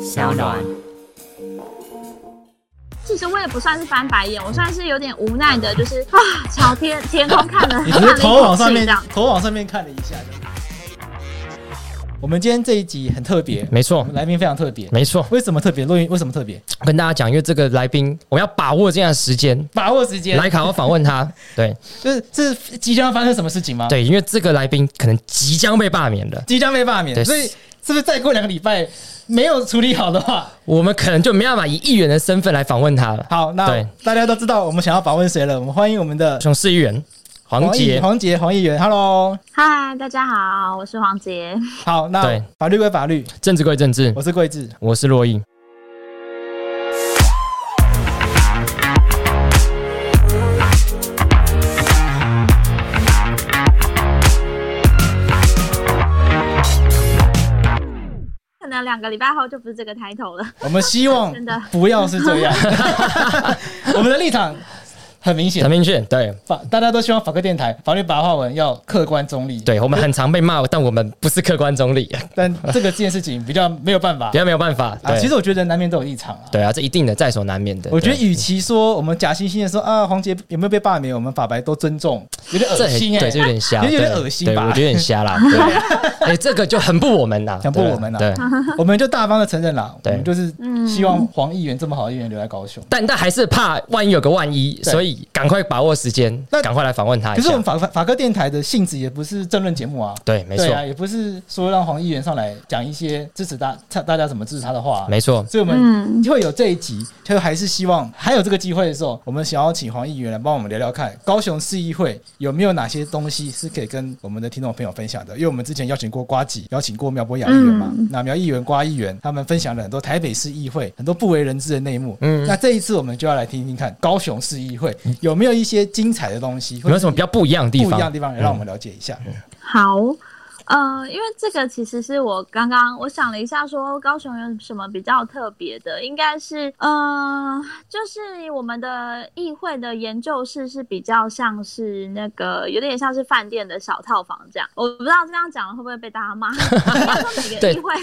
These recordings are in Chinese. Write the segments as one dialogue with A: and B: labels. A: 小暖。
B: 其实我也不算是翻白眼，我算是有点无奈的，就是 啊，朝天天空看 了，
C: 你
B: 看
C: 只
B: 了
C: 是
B: 一
C: 头往
B: 口
C: 上
B: 气这
C: 面
B: 样。，
C: 头往上面看了一下这样。我们今天这一集很特别，
A: 没错
C: 我们来宾非常特别。
A: 没错，
C: 为什么特别？录音为什么特别？
A: 跟大家讲，因为这个来宾，我们要把握这样的时间，
C: 把握时间，
A: 来卡我访问 他。对
C: 就是这是即将发生什么事情吗？，
A: 对，因为这个来宾可能即将被罢免了，
C: 即将被罢免，
A: 对
C: 所以是不是再过两个礼拜没有处理好的话，
A: 我们可能就没办法以议员的身份来访问他了。
C: 好，那
A: 对
C: 大家都知道我们想要访问谁了，我们欢迎我们的
A: 熊市议员黄
C: 议
A: 杰，
C: 黄杰黄议员，Hello。
B: 嗨，大家好，我是黄杰。
C: 好，那
A: 对
C: 法律归法律，
A: 政治归政治，
C: 我是 桂智。
A: 我是洛毅。
B: 可能两个礼拜后就不是这个 title 了。
C: 我们希望
B: 真的
C: 不要是 这样，我们的立场很明显
A: 陈，明炫，对
C: 法大家都希望法科电台法律白话文要客观中立，，
A: 对，我们很常被 骂，但我们不是客观中立，
C: 但这个这件事情比较没有办法
A: 比较没有办法。
C: 啊。
A: 对，
C: 其实我觉得难免都有异常啊。
A: 对啊，这一定的，在所难免的。
C: 我觉得，
A: 对
C: 与其说我们假惺惺的说啊，黄杰有没有被罢免，我们法白都尊重，有点
A: 这
C: 恶
A: 很
C: 心哎、
A: 对，这有点瞎，
C: 有点
A: 对
C: 恶心吧
A: 对我觉得有点瞎啦。对， 哎，这个就很不我们呐，
C: 很不
A: 对
C: 我们啊
A: 对，
C: 我们就大方的承认啦，我
A: 对
C: 们就是希望黄议员这么好的议员留在高雄。
A: 但但还是怕万一有个万一，
C: 对
A: 所以赶快把握时间，
C: 那
A: 赶快来访问他一
C: 可是我
A: 下
C: 们。法法法科电台的性质也不是政论节目啊，
A: 哎对，没错
C: 对，啊，也不是说让黄议员上来讲一些支持大他大家怎么支持他的话啊、
A: 没错。
C: 所以我们
B: 嗯
C: 会有这一集，就还是希望还有这个机会的时候，我们想要请黄议员来帮我们聊聊看，高雄市议会有没有哪些东西是可以跟我们的听众朋友分享的？因为我们之前邀请过瓜吉，邀请过苗博雅议员嘛，
B: 嗯
C: 那苗议员、瓜议员他们分享了很多台北市议会很多不为人知的内幕。
A: 嗯
C: 那这一次我们就要来听听看高雄市议会有没有一些精彩的东西，
A: 有没有什么比较不一样的地
C: 不一
A: 方？
C: 样的地方，让我们了解一下。
B: 好，呃，因为这个其实是我刚刚我想了一下，说高雄有什么比较特别的，应该是，呃，就是我们的议会的研究室是比较像是那个有点像是饭店的小套房这样。我不知道这样讲会不会被大 家骂，应该说每
A: 对
B: 个议会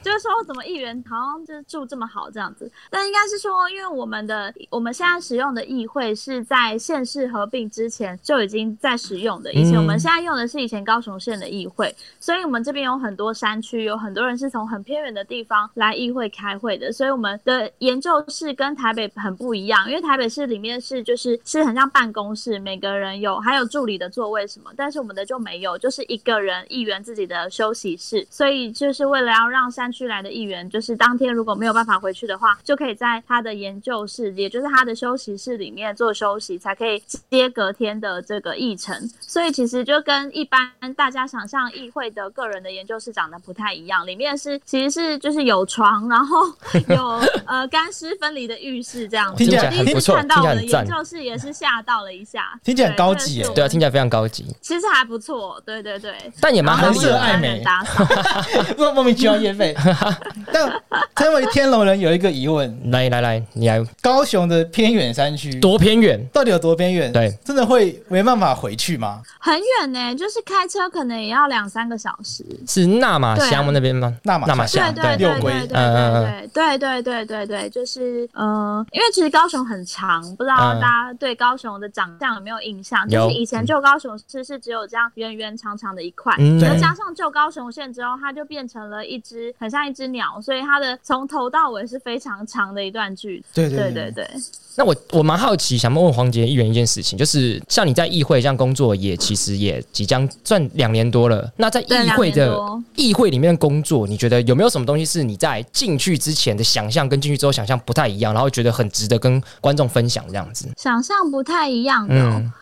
B: 就是说怎么议员好像就是住这么好这样子，但应该是说，因为我们的我们现在使用的议会是在县市合并之前就已经在使用的，以前我
A: 嗯
B: 们现在用的是以前高雄县的议会，所以我们这边有很多山区，有很多人是从很偏远的地方来议会开会的，所以我们的研究室跟台北很不一样，因为台北市里面是就是是很像办公室，每个人有还有助理的座位什么，但是我们的就没有，就是一个人议员自己的休息室，所以就是为了要让山区来的议员，就是当天如果没有办法回去的话，就可以在他的研究室，也就是他的休息室里面做休息，才可以接隔天的这个议程。所以其实就跟一般大家想象议会的个人的研究室长得不太一样，里面是其实是就是有床，然 后有呃干湿分离的浴室这样子。
C: 听起来
B: 我第一
A: 很不
B: 次
A: 错
B: 看到我的
A: 听起来
B: 研
A: 很赞
B: 究室也是吓到了一下，
C: 听起来很高
B: 对
C: 级
B: 这个是
C: 耶
B: 我
A: 对啊，听起来非常高级，
B: 其实还不错，对对对。
A: 但也蛮
B: 然后
A: 合理
C: 很适合
A: 的。
C: 爱美
B: 帮人打 扫，
C: 莫莫名其妙夜 费， 但身为天龙人有一个疑问：
A: 来来来，你来
C: 高雄的偏远山区
A: 多偏远？
C: 到底有多边缘？
A: 对，
C: 真的会没办法回去吗？
B: 很远呢、就是开车可能也要两三个小时。
A: 是纳马
B: 对啊
A: 乡那边吗？
C: 纳马
A: 纳马
B: 对啊
A: 乡，
B: 对
C: 六
B: 对
C: 龟
B: 对对
A: 嗯
B: 对对对对对对，就是呃，因为其实高雄很长，不知道
A: 嗯
B: 大家对高雄的长相有没有印象？就
A: 有
B: 是以前旧高雄市是只有这样圆圆长长的一块，
A: 嗯
B: 那加上旧高雄县之后，它就变成了一只很像一只鸟，所以它的从头到尾是非常长的一段距离。
C: 对对
B: 对
C: 对
B: 对对，
A: 那我我蛮好奇，想问黄杰议员一件事情，就是像你在议会这样工作也，其实也即将算两年多了。那在
B: 对
A: 议会
B: 两
A: 的
B: 年多
A: 议会里面工作，你觉得有没有什么东西是你在进去之前的想象跟进去之后想象不太一样，然后觉得很值得跟观众分享这样子？
B: 想象不太一样的哦、
A: 嗯，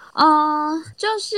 B: 嗯，就是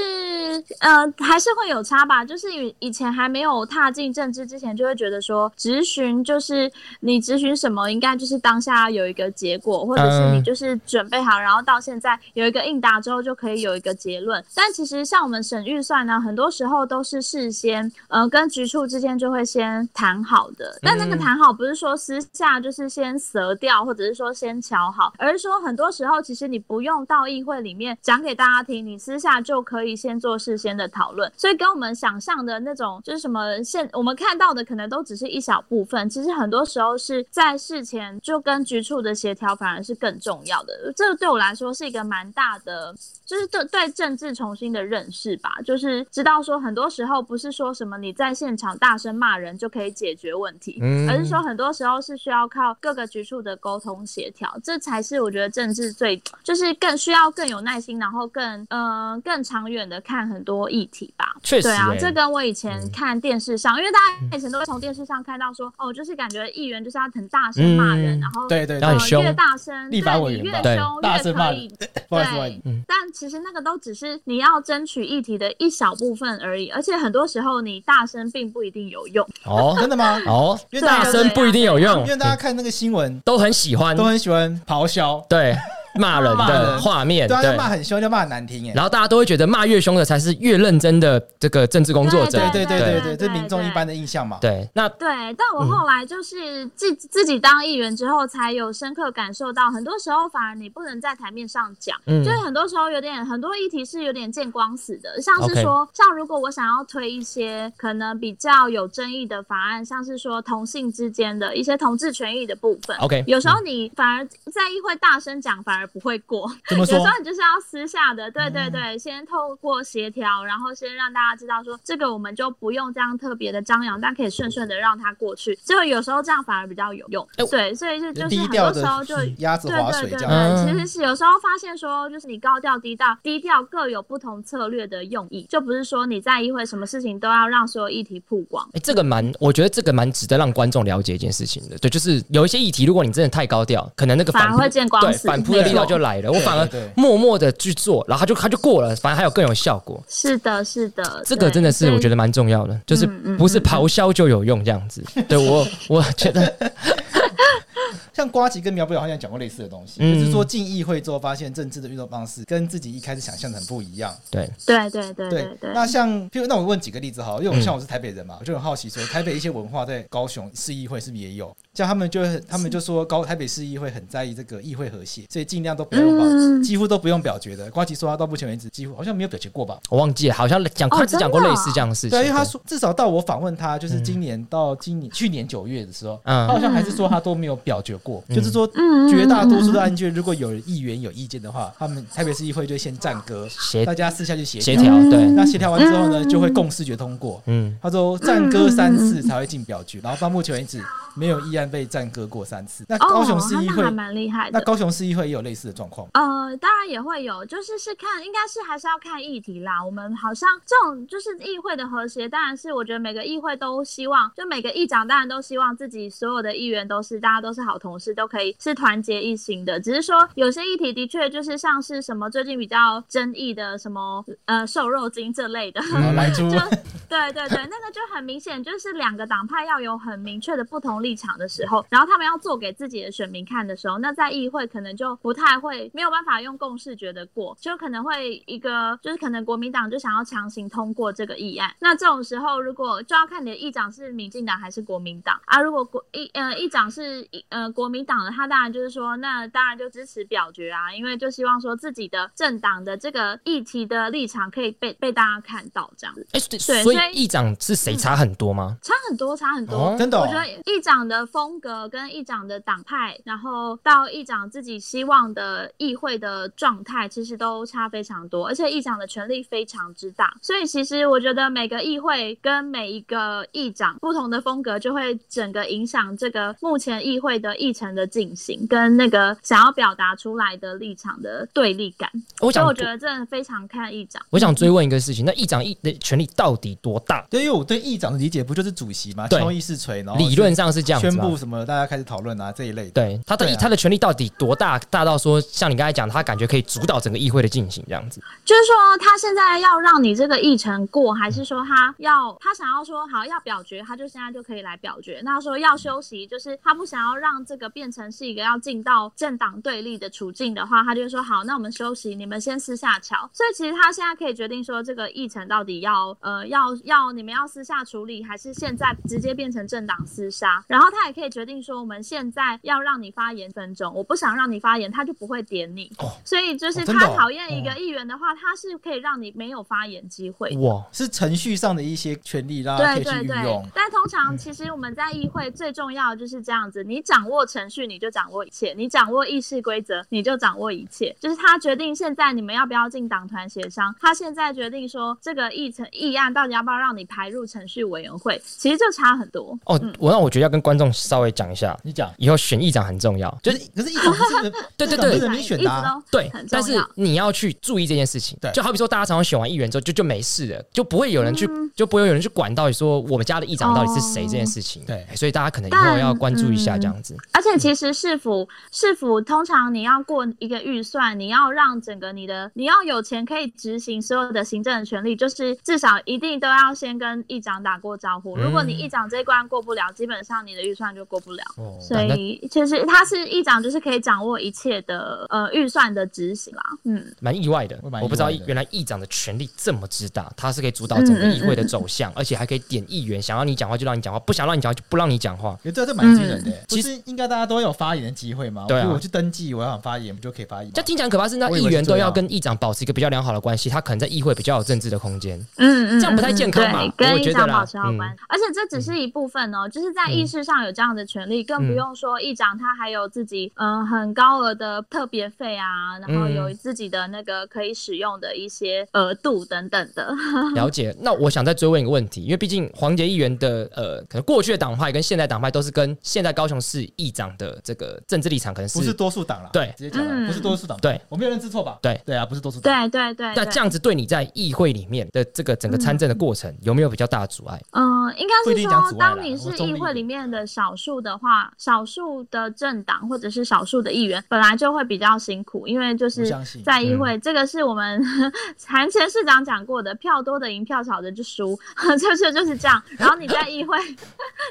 B: 呃，还是会有差吧。就是以以前还没有踏进政治之前，就会觉得说，咨询就是你咨询什么，应该就是当下有一个结果，或者是
A: 嗯
B: 你就是准备好，然后到现在有一个应答之后，就可以有一个结论。但其实像我们审预算呢，很多时候都是事先，呃，跟局处之间就会先谈好的。但那个
A: 嗯
B: 谈好不是说私下就是先折掉，或者是说先瞧好，而是说很多时候其实你不用到议会里面讲给大家题，你私下就可以先做事先的讨论。所以跟我们想象的那种就是什么现我们看到的可能都只是一小部分，其实很多时候是在事前就跟局处的协调反而是更重要的。这对我来说是一个蛮大的，就是对对政治重新的认识吧，就是知道说很多时候不是说什么你在现场大声骂人就可以解决问题，
A: 嗯
B: 而是说很多时候是需要靠各个局处的沟通协调，这才是我觉得政治最就是更需要更有耐心，然后更嗯、呃更长远的看很多议题吧。
A: 确实
B: 对啊
A: 欸，
B: 这跟我以前
C: 嗯
B: 看电视上，因为大家以前都会从电视上看到说，哦，就是感觉议员就是要很大声骂人，
A: 嗯
B: 然后
C: 对对
A: 然后，
C: 对
A: 很
B: 呃
A: 凶
B: 越大声，
C: 立
B: 对
C: 法
B: 你
C: 委员
B: 越
C: 吧
A: 对
B: 凶
C: 大
B: 越
C: 声
B: 可
C: 骂
B: 以
C: 人。不好意思，不好意思嗯
B: 对，但其实那个都只是你要争取议题的一小部分而已，而且很多时候你大声并不一定有用。
A: 哦
C: 真的吗？
A: 哦，
C: 因为大
A: 大
C: 家
A: 声不一定有用
C: 啊因，为大家看那个新闻
A: 都很喜欢
C: 都很喜欢咆哮，
A: 对骂人
C: 骂
A: 的
C: 人
A: 画面，
C: 对啊，要
A: 对，
C: 骂很凶，要骂很难听，哎，
A: 然后大家都会觉得骂越凶的才是越认真的这个政治工作者，
C: 对对对对对，
B: 对
C: 这
B: 对
C: 是民众
B: 对
C: 一般的印象嘛。
A: 对，那
B: 对，但
A: 嗯
B: 我后来就是自、自己当议员之后，才有深刻感受到，很多时候反而你不能在台面上讲，
A: 嗯
B: 就是很多时候有点很多议题是有点见光死的，像是
A: OK
B: 说像如果我想要推一些可能比较有争议的法案，像是说同性之间的一些同志权益的部分
A: OK，嗯
B: 有时候你反而在议会大声讲，反而不会过。
C: 怎么
B: 有时
C: 说
B: 候？你就是要私下的，对对对，
A: 嗯
B: 先透过协调，然后先让大家知道说这个我们就不用这样特别的张扬，但可以顺顺的让它过去。就有时候这样反而比较有用
A: 哎我，
B: 对，所以就就是
C: 低
B: 很
C: 调
B: 多
C: 的
B: 时候就。
C: 鸭子
B: 对
C: 划
B: 对
C: 水
B: 对
C: 这
B: 对，
C: 样。
A: 嗯
B: 其实是有时候发现说，就是你高调低调，低调各有不同策略的用意，就不是说你在议会什么事情都要让所有议题曝光。
A: 哎、这个蛮，我觉得这个蛮值得让观众了解一件事情的。对，就是有一些议题，如果你真的太高调，可能那个
B: 反而
A: 扑
B: 会见光
A: 对
B: 死
A: 反扑的力道
B: 没错
A: 就来了。我
C: 对
A: 反而
C: 对对
A: 默默的去做，然后它就它就过了，反而还有更有效果。
B: 是的，是的，
A: 这个真的是我觉
B: 得
A: 得蛮重要的，就是
B: 嗯嗯
A: 不是咆哮就有用这样子。对我，我觉得
C: 像瓜吉跟苗博好像讲过类似的东西，
A: 嗯
C: 就是说进议会之后发现政治的运作方式跟自己一开始想象的很不一样。
A: 对，
B: 对对对
C: 对
B: 对对，
C: 那像譬如那我问几个例子好了，因为我
A: 嗯
C: 像我是台北人嘛，我就很好奇说台北一些文化在高雄市议会是不是也有？像他们就会他们就说高台北市议会很在意这个议会和谐，所以尽量都不用表，
B: 嗯
C: 几乎都不用表决的。瓜吉说他到目前为止几乎好像没有表决过吧？
A: 我忘记了，好像讲
B: 哦
A: 他只讲过
B: 真的
A: 类
B: 啊
A: 似这样的事情。
C: 对啊，因为他
A: 对
C: 说至少到我访问他，就是今年到今年去年九月的时候，他
A: 嗯
C: 好像还是说他都没有表决过，
A: 嗯
C: 就是说
B: 嗯
C: 绝大多数的案卷，如果有议员有意见的话，他们台北市议会就会先暂搁，
A: 协
C: 大家私下去协
A: 协
C: 调
A: 调。对，
C: 嗯哎
B: 嗯
C: 那协调完之后呢，就会共视觉通过。
A: 嗯，
C: 他说暂搁三次才会进表决，然后到目前为止没有议案被暂搁过三次。那 高雄市议
B: 哦、那
C: 会
B: 还，蛮厉害
C: 那
B: 的。
C: 高雄市议会也有类似的状况。
B: 呃，当然也会有，就是是看，应该是还是要看议题啦。我们好像这种就是议会的和谐，当然是我觉得每个议会都希望，就每个议长当然都希望自己所有的议员都是大家都是好同事，都可以是团结一心的。只是说有些议题的确就是像是什么最近比较争议的什么呃瘦肉精这类的，
C: 好来猪
B: 就 对对对，那个就很明显，就是两个党派要有很明确的不同立场的时候， 然后他们要做给自己的选民看的时候，那在议会可能就不太会没有办法用共识觉得过，就可能会一个就是可能国民党就想要强行通过这个议案，那这种时候如果就要看你的议长是民进党还是国民党啊，如果国议呃议长是呃国民党的，他当然就是说那当然就支持表决啊，因为就希望说自己的政党的这个议题的立场可以被被大家看到这样子。
A: 哎、所以
B: 对嗯
A: 所以
B: 所以
A: 议长是谁差很多吗？
B: 差很多，差很多。
A: 哦
C: 真的
B: 我
C: 哦
B: 觉，得议长的风格跟议长的党派，然后到议长自己希望的议会的状态，其实都差非常多，而且议长的权力非常之大，所以其实我觉得每个议会跟每一个议长不同的风格，就会整个影响这个目前议会的议程的进行，跟那个想要表达出来的立场的对立感。
A: 我
B: 所以
A: 想
B: 我觉得嗯真的非常看议长。
A: 我想追问一个事情，那议长议的权力到底多大？
C: 对，因为我对议长的理解不就是主席嘛，
A: 对
C: 敲议事锤，然后
A: 理论上是这样子
C: 哦宣
A: 吗
C: 布什么，大家开始讨论啊这一类的。
A: 对他的、
C: 对啊
A: 他的权力到底多大？大到说像你刚才讲，他感觉可以主导整个议会的进行这样子。
B: 就是说，他现在要让你这个议程过，还是说他要他想要说好要表决，他就现在就可以来表决？那他说要休息，就是他不想要让这个个变成是一个要进到政党对立的处境的话，他就会说好，那我们休息，你们先私下瞧。所以其实他现在可以决定说，这个议程到底要呃要要你们要私下处理，还是现在直接变成政党厮杀。然后他也可以决定说，我们现在要让你发言分钟，我不想让你发言，他就不会点你。
D: 哦
B: 所以就是
D: 哦真的
B: 他
D: 哦
B: 讨厌一个议员的话，他是可以让你没有发言机会的。
A: 哇，
D: 是程序上的一些权利让他可
B: 对
D: 以去
B: 对
D: 运
B: 对
D: 用，。
B: 但通常其实我们在议会最重要的就是这样子，你掌握程序，你就掌握一切；你掌握议事规则，你就掌握一切。就是他决定现在你们要不要进党团协商，他现在决定说这个议程议案到底要不要让你排入程序委员会，其实就差很多。
A: 哦，我那我觉得要跟观众稍微讲一下，
D: 你讲，
A: 以后选议长很重要，就
D: 就是可是一种是 人，
A: 对对
D: 这种
A: 对
D: 是人民选
B: 一直
D: 的啊，
B: 都
A: 对
B: 很，重
A: 但
B: 要
A: 是你要去注意这件事情。
D: 对
A: 就好比说，大家常常选完议员之后，就就没事了，就不会有人去，
B: 嗯
A: 就不会有人去管到底说我们家的议长到底是谁
B: 哦
A: 这件事情。
D: 对
A: 所以大家可能以后
B: 但
A: 要关注一下
B: 嗯
A: 这样子。
B: 而且其实市府市府通常你要过一个预算，你要让整个你的你要有钱可以执行所有的行政的权利，就是至少一定都要先跟议长打过招呼。
A: 嗯
B: 如果你议长这一关过不了，基本上你的预算就过不了。
A: 哦
B: 所
A: 那
B: 以其实他是议长，就是可以掌握一切的呃预算的执行啦。嗯，
A: 蛮意外的，
D: 我蛮
A: 我不知道
D: 意外的
A: 原来议长的权力这么之大，他是可以主导整个议会的走向，而且还可以点议员，想要你讲话就让你讲话，不想让你讲话就不让你讲话。
D: 觉得这这蛮惊人的欸。
A: 嗯其
D: 其
A: 实
D: 实应该大家都有发言的机会嘛，
A: 对啊
D: 我觉得我去登记，我要想发言，不就可以发言吗？
C: 嗯
A: 这听起来很可怕，是那
D: 我以
A: 议
D: 为是
A: 员都
D: 这样
A: 要跟议长保持一个比较良好的关系，他可能在议会比较有政治的空间。
B: 嗯，嗯
A: 这样不太健康吧
B: 嗯
A: 我
B: 对，跟
A: 觉
B: 议
A: 得啦嗯
B: 长保持好关、而且这只是一部分哦，就是在意识上有这样的权利，
A: 嗯
B: 更不用说议长他还有自己嗯、呃很高额的特别费啊，然后
A: 嗯
B: 有自己的那个可以使用的一些额度等等的。
A: 了解。那我想再追问一个问题，因为毕竟黄杰议员的呃，可能过去的党派跟现在党派都是跟现在高雄市议长的这个政治立场可能
D: 不是
A: 是。
D: 多数党啦，
A: 对
D: 直接讲啦，
B: 嗯
D: 不是多数党，
A: 对，
D: 我没有认知错吧？
C: 哎
A: 对
D: 对啊，不是多数党，
B: 对对对
A: 那
B: 对
A: 这样子对你在议会里面的这个整个参政的过程有没有比较大的阻碍？
B: 嗯，应该
D: 不一
B: 是
D: 定讲
B: 说，
D: 阻碍啦
B: 当你
D: 我
B: 是
D: 中
B: 议
D: 立
B: 会
D: 一
B: 里
D: 点
B: 面的少数的话，少数的政党或者是少数的议员，本来就会比较辛苦，因为就
D: 我
B: 是
D: 相信
B: 在议会，这个是我们 韩前市长讲过的，票多的赢，票少的就输， 就是就是这样。然后你在议 会，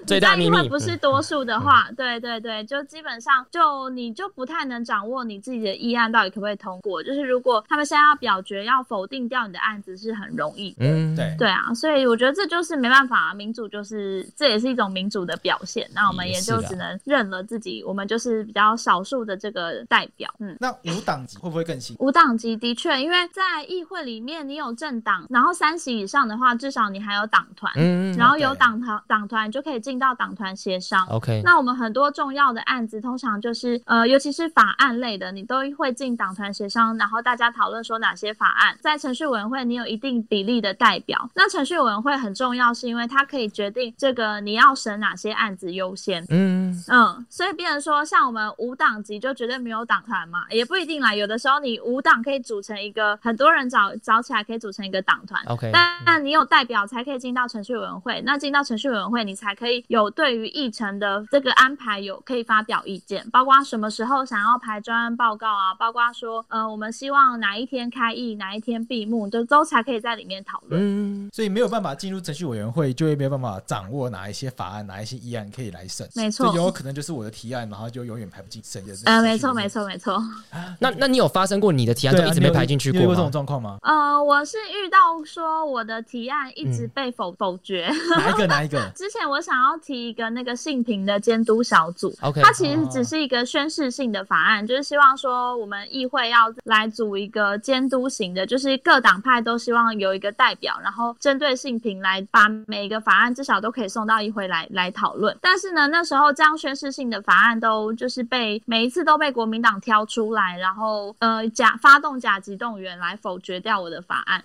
A: 最
B: 嗯你
A: 大
B: 在
A: 秘
B: 议会
A: 密
B: 不
D: 嗯
B: 是多数的话，对对对，就基本上就你就不太能掌握你自己的议案到底可不可以通过。就是如果他们现在要表决，要否定掉你的案子是很容易的。
A: 嗯，
D: 对
B: 对啊，所以我觉得这就是没办法，啊民主就是这也是一种民主的表现。那我们
A: 也
B: 也
A: 是啦
B: 就只能认了自己，我们就是比较少数的这个代表。嗯，
D: 那无党籍会不会更辛苦？
B: 无党籍的确，因为在议会里面你有政党，然后三席以上的话，至少你还有党团，
A: 嗯
B: 然后有
D: 对
B: 党团党团你就可以进到党团协商。
A: ，OK，
B: 那我们很多重要的案子，通常就是呃，尤其是法案类的，你都会进党团协商，然后大家讨论说哪些法案在程序委员会你有一定比例的代表。那程序委员会很重要，是因为它可以决定这个你要审哪些案子优先。
A: 嗯，
B: 嗯，所以变成说，像我们无党籍就绝对没有党团嘛，也不一定啦。有的时候你无党可以组成一个，很多人找找起来可以组成一个党团。
A: OK
B: 但那你有代表才可以进到程序委员会，那进到程序委员会，你才可以有对于议程的这个安排有可以发表意见，包括什么时候想要排专案报告啊，包括说呃我们希望哪一天开议，哪一天闭幕，就都才可以在里面讨论。
A: 嗯，
D: 所以没有办法进入程序委员会，就会没有办法掌握哪一些法案、哪一些议案可以来审。
B: 没错
D: 所以有可能就是我的提案，然后就永远排不进审的那个程序委员
C: 嗯
B: 呃，
D: 会。
B: 没错，没错，没错。？
A: 那那你有发生过你的提案
D: 对
A: 就
D: 啊，
A: 一直没排进去
D: 你有
A: 过
D: 你有这种
A: 吗？
D: 状况吗
B: 呃，我是遇到说我的提案一直
A: 嗯
B: 被否、否决，
D: 哪一个？哪一个？
B: 之前我想要提一个那个性平的监督小组
A: OK，
B: 它其实只是一个宣示性的法案，就是希望说我们议会要来组一个监督型的，就是各党派都希望有一个代表，然后针对性平来把每一个法案至少都可以送到议会来来讨论。但是呢，那时候这样宣示性的法案都就是被每一次都被国民党挑出来，然后呃假发动假激动员来否决掉我的法案，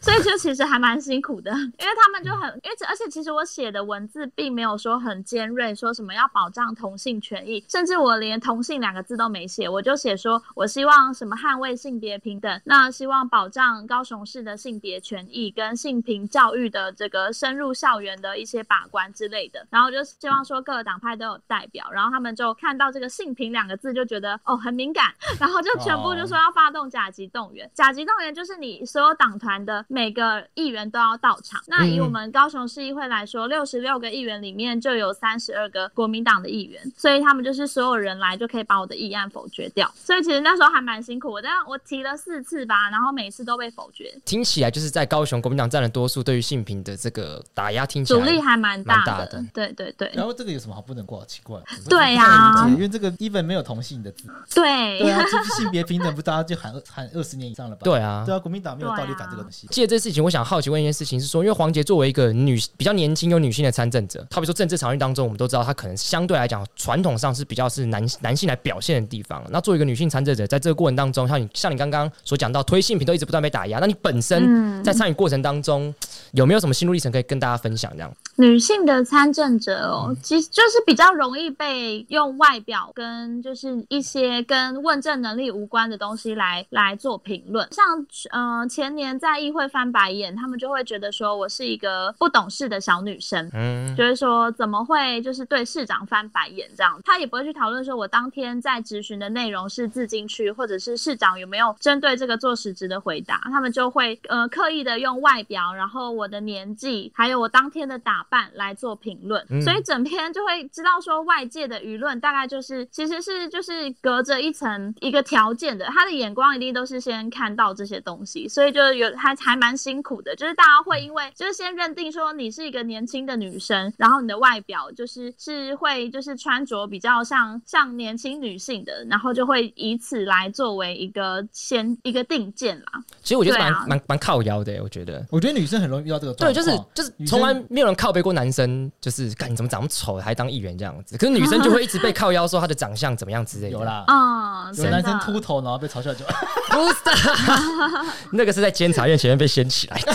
B: 所以就其实还蛮辛苦的，因为他们就很， 因为而且其实我写的文字并没有说很尖锐，说什么要保障同性权益，甚至我连同性两个字都没写，我就写说我希望什么捍卫性别平等，那希望保障高雄市的性别权益跟性平教育的这个深入校园的一些把关之类的，然后就希望说各个党派都有代表，然后他们就看到这个性平两个字就觉得哦很敏感，然后就全部就说要发动甲级动员。甲级动员就是你所有党团的每个议员都要到场。那以我们高雄市议会来说，六十六个议员里面就有三十二个国民党的议员，所以他们就是所有人来就可以把我的议案否决掉。所以其实那时候还蛮辛苦的，但我提了四次吧，然后每次都被否决，
A: 听起来就是在高雄国民党占了多数，对于性平的这个打压听起
B: 阻
A: 来
B: 力还蛮
A: 蛮
B: 大
A: 大
B: 的。
A: 的
B: 对对对
C: 然后这个有什么好不能过？奇怪，我
B: 对呀
C: 不太理解因为这个 even 没有同性的字，
B: 对
C: 对啊，这就是性别平等，不大家就喊喊二十年以上了吧？
A: 对啊
C: 对。啊，国民党没有道理
B: 对啊
C: 反这个东西。
A: 借这事情，我想好奇问一件事情，是说，因为黄杰作为一个女比较年轻有女性的参政者，好比说政治场域当中，我们都知道她可能相对来讲传统上是比较是男男性来表现的地方。那作为一个女性参政者，在这个过程当中，像你像你刚刚所讲到推性平都一直不断被打压，那你本身
B: 嗯
A: 在参与过程当中、有没有什么心路历程可以跟大家分享？这样
B: 女性的参政者哦，其实就是比较容易被用外表跟就是一些跟问政能力无关的东西来来做评论。像呃前年在议会翻白眼，他们就会觉得说我是一个不懂事的小女生。
A: 嗯，
B: 就是说，怎么会就是对市长翻白眼这样？他也不会去讨论说我当天在质询的内容是自禁区，或者是市长有没有针对这个做实质的回答。他们就会呃刻意的用外表，然后我的年纪，还有我当天的打扮来做评论，
A: 嗯
B: 所以整篇就会知道说外界的舆论大概就是其实是就是隔着一层一个条件的，他的眼光一定都是先看到这些东西，所以就有还还蛮辛苦的，就是大家会因为就是先认定说你是一个年轻的女生，然后你的外表就是是会就是穿着比较像像年轻女性的，然后就会以此来作为一个先一个定见啦。
A: 其实我觉得
B: 对
A: 蛮
B: 啊
A: 蛮蛮靠腰的、欸我觉得。
C: 我觉得女生很容易遇到这个状
A: 对，
C: 况，
A: 就是就是
C: 女生
A: 从来没有人靠背过男生，就是干你怎么长那么丑还当议员这样子，可是女生就会一直被靠腰说她的长相怎么样之类的。
C: 有啦，
B: 嗯，
C: 有
B: 真
C: 男
B: 的
C: 生秃头然后被嘲笑就，
A: 不是， 那个是在监察院前面被掀起来的，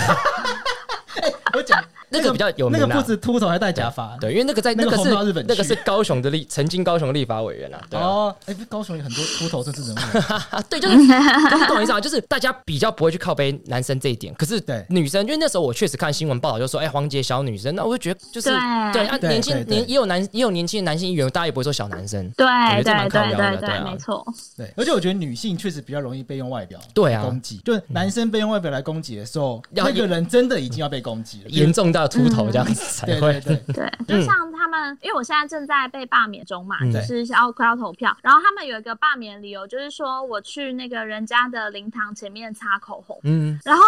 C: 我讲
A: 那个比较有
C: 哎那
A: 名
C: 个
A: 啊
C: 不。止秃头还戴假发，
A: 对，因为那个在
C: 那个
A: 个是
C: 红到日本去
A: 那个是高雄的立曾经高雄的立法委员啊，对啊，
C: 哦，哎，不是高雄有很多秃头政治 人物，
A: 啊对，就是你懂我意思啊，就是大家比较不会去靠背男生这一点，可是
C: 对
A: 女生，因为那时候我确实看新闻报道就说，哎，黄杰小女生，那我就觉得就是
B: 对
A: 对啊，
C: 对
A: 年
C: 对
A: 轻
C: 对
A: 年也有男也有年轻的男性议员，大家也不会说小男生，
B: 对
A: 觉得这蛮
B: 对
A: 靠腰
B: 对
A: 的
B: 对
A: 对啊
B: 没错。
C: 对，而且我觉得女性确实比较容易被用外表
A: 对啊
C: 攻击，就是男生被用外表来攻击的时候，
A: 要
C: 那个人真的已经要被攻击 了，
A: 严重到秃头这样子才
C: 嗯对
A: 会
C: 对。对，
B: 对，就像他们，因为我现在正在被罢免中嘛，
A: 嗯
B: 就是要快要投票，然后他们有一个罢免理由，就是说我去那个人家的灵堂前面擦口红。
A: 嗯，
B: 然后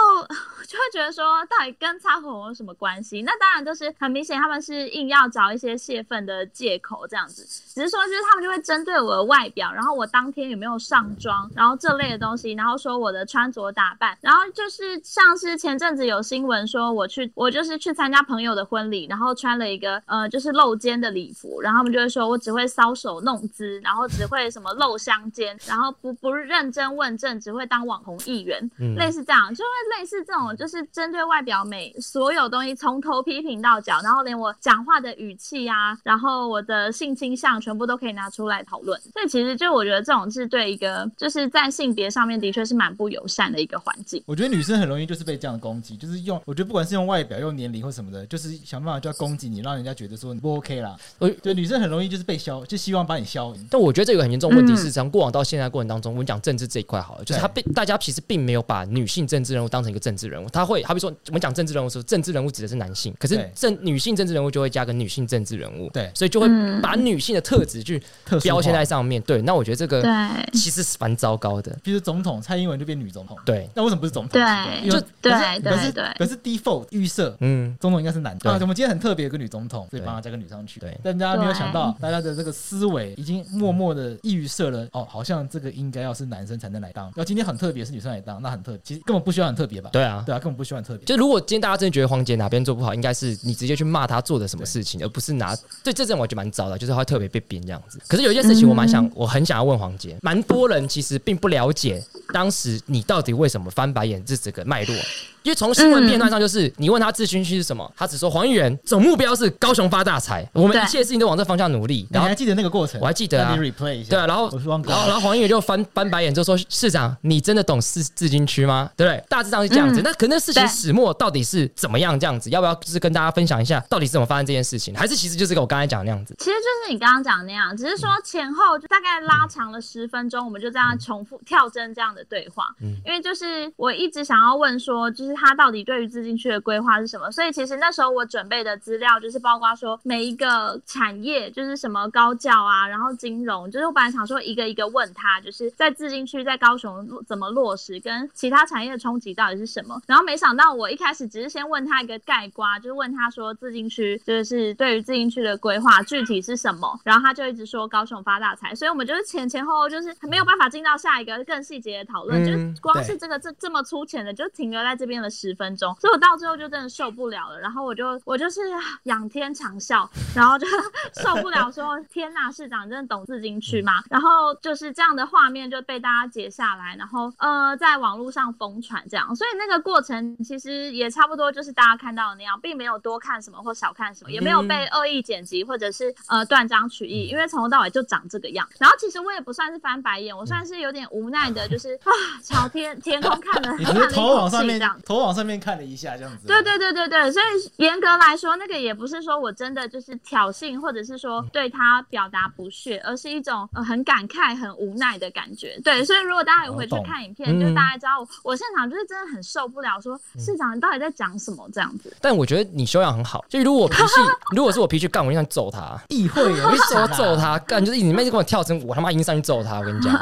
B: 就会觉得说，到底跟擦口红有什么关系？那当然就是很明显，他们是硬要找一些泄愤的借口这样子。只是说，就是他们就会针对我的外表，然后我当天有没有上妆，然后这类的东西，然后说我的穿着打扮，然后就是像是前阵子有新闻说我去，我就是去参加朋友的婚礼，然后穿了一个呃就是露肩的礼服，然后他们就会说我只会搔首弄姿，然后只会什么露香肩，然后不不认真问政，只会当网红议员，
A: 嗯
B: 类似这样，就会类似这种，就是针对外表美所有东西从头批评到脚，然后连我讲话的语气啊，然后我的性倾向全部都可以拿出来讨论。所以其实就我觉得这种是对一个就是在性别上面的确是蛮不友善的一个环境。
C: 我觉得女生很容易就是被这样的攻击，就是用，我觉得不管是用外表、用年龄或什么的，就是想办法就要攻击你，让人家觉得说你不 OK 啦。
A: 我
C: 对，女生很容易就是被消，就希望把你消赢。
A: 但我觉得这个很严重的问题
B: 嗯
A: 是，从过往到现在的过程当中，我们讲政治这一块好了，就是他被大家其实并没有把女性政治人物当成一个政治人物，他会好比说我们讲政治人物的时候，政治人物指的是男性，可是
C: 对
A: 政女性政治人物就会加个女性政治人物，
C: 对
A: 所以就会
B: 嗯
A: 把女性的特质去
C: 特殊化
A: 标签在上面。对，那我觉得这
B: 对
A: 个其实是蛮糟糕的。
C: 比如总统蔡英文就变女总统，
A: 对，
C: 那为什么不是总统？
B: 对
C: 因为
B: 就对
C: 可是
B: 对对
C: 可是 default 预设
A: 嗯，
C: 总统应该是男的
A: 对
C: 啊，我们今天很特别，有个女总统，所以
A: 对
C: 帮她加个女上去。
A: 对
C: 但大家没有想到，大家的这个思维已经默默的预设了，哦，好像这个应该要是男生才能来当，要今天很特别是女生来当，那很特别，其实根本不需要很特别吧？
A: 对啊。
C: 对啊，根本不需要很特别。
A: 就如果今天大家真的觉得黄杰哪边做不好，应该是你直接去骂他做的什么事情，而不是拿对这种我觉得蛮糟的，就是他会特别被编这样子。可是有一件事情我蛮想，我很想要问黄杰，蛮多人其实并不了解当时你到底为什么翻白眼这整个脉络，因为从新闻片段上就是你问他自询区是什么，他只说黄议员总目标是高雄发大财，我们
B: 对
A: 一切事情都往这方向努力，
C: 你
A: 然后
C: 还。记得那个过程？
A: 啊我还记得啊
C: 那你 replay 一下。
A: 对啊，然后
C: 我是忘记
A: 然后然后黄议员就翻翻白眼，就说：“市长，你真的懂市自金区吗？对不对？大致上是这样子。
B: 嗯
A: 那可那事情
B: 对
A: 始末到底是怎么样？这样子，要不要就是跟大家分享一下，到底是怎么发生这件事情？还是其实就是跟我刚才讲的那样子？
B: 其实就是你刚刚讲的那样，只是说前后就大概拉长了十分钟，我们就这样重复跳针这样样的对话，
A: 嗯
B: 因为就是我一直想要问说，就是他到底对于资金区的规划是什么？所以其实那时候我准备的资料就是包括说每一个产业，就是什么高教啊，然后金融，就是我本来想说一个一个问他，就是在资金区在高雄落怎么落实，跟其他产业的冲击到底是什么。然后没想到我一开始只是先问他一个概瓜，就是问他说自进区就是对于自进区的规划具体是什么，然后他就一直说高雄发大财，所以我们就是前前后后就是没有办法进到下一个更细节的讨论，
A: 嗯
B: 就是光
D: 对
B: 是这个这这么粗浅的就停留在这边了十分钟，所以我到最后就真的受不了了，然后我就我就是啊仰天长啸，然后就 受不了说天呐，市长真的懂自进区吗？然后就是这样的画面就被大家截下来，然后呃在网络上疯传这样，所以那个过程其实也差不多就是大家看到的那样，并没有多看什么或少看什么，也没有被恶意剪辑或者是呃断章取义，因为从头到尾就长这个样。然后其实我也不算是翻白眼，我算是有点无奈的，就是啊 朝天天空看了
C: 你
B: 看
C: 只是
B: 了一
C: 头
B: 口
C: 往上
B: 气这
C: 面
B: 样。，
C: 头往上面看了一下，这样子。
B: 对对对对对，所以严格来说，那个也不是说我真的就是挑衅，或者是说
C: 嗯
B: 对他表达不屑，而是一种、呃、很感慨、很无奈的感觉。对，所以如果大家有回去
C: 我懂
B: 看影片，就大家知道我我现场就是真的很受不了，说
C: 嗯
B: 市长你到底在讲什么这样子。
A: 但我觉得你修养很好，就如果我脾气，如果是我脾气干，我就想揍他，
C: 议会有
A: 我
C: 一
A: 一啊手揍他，干就是你妹就跟我跳绳，我他妈一定上去揍他。我跟你 讲，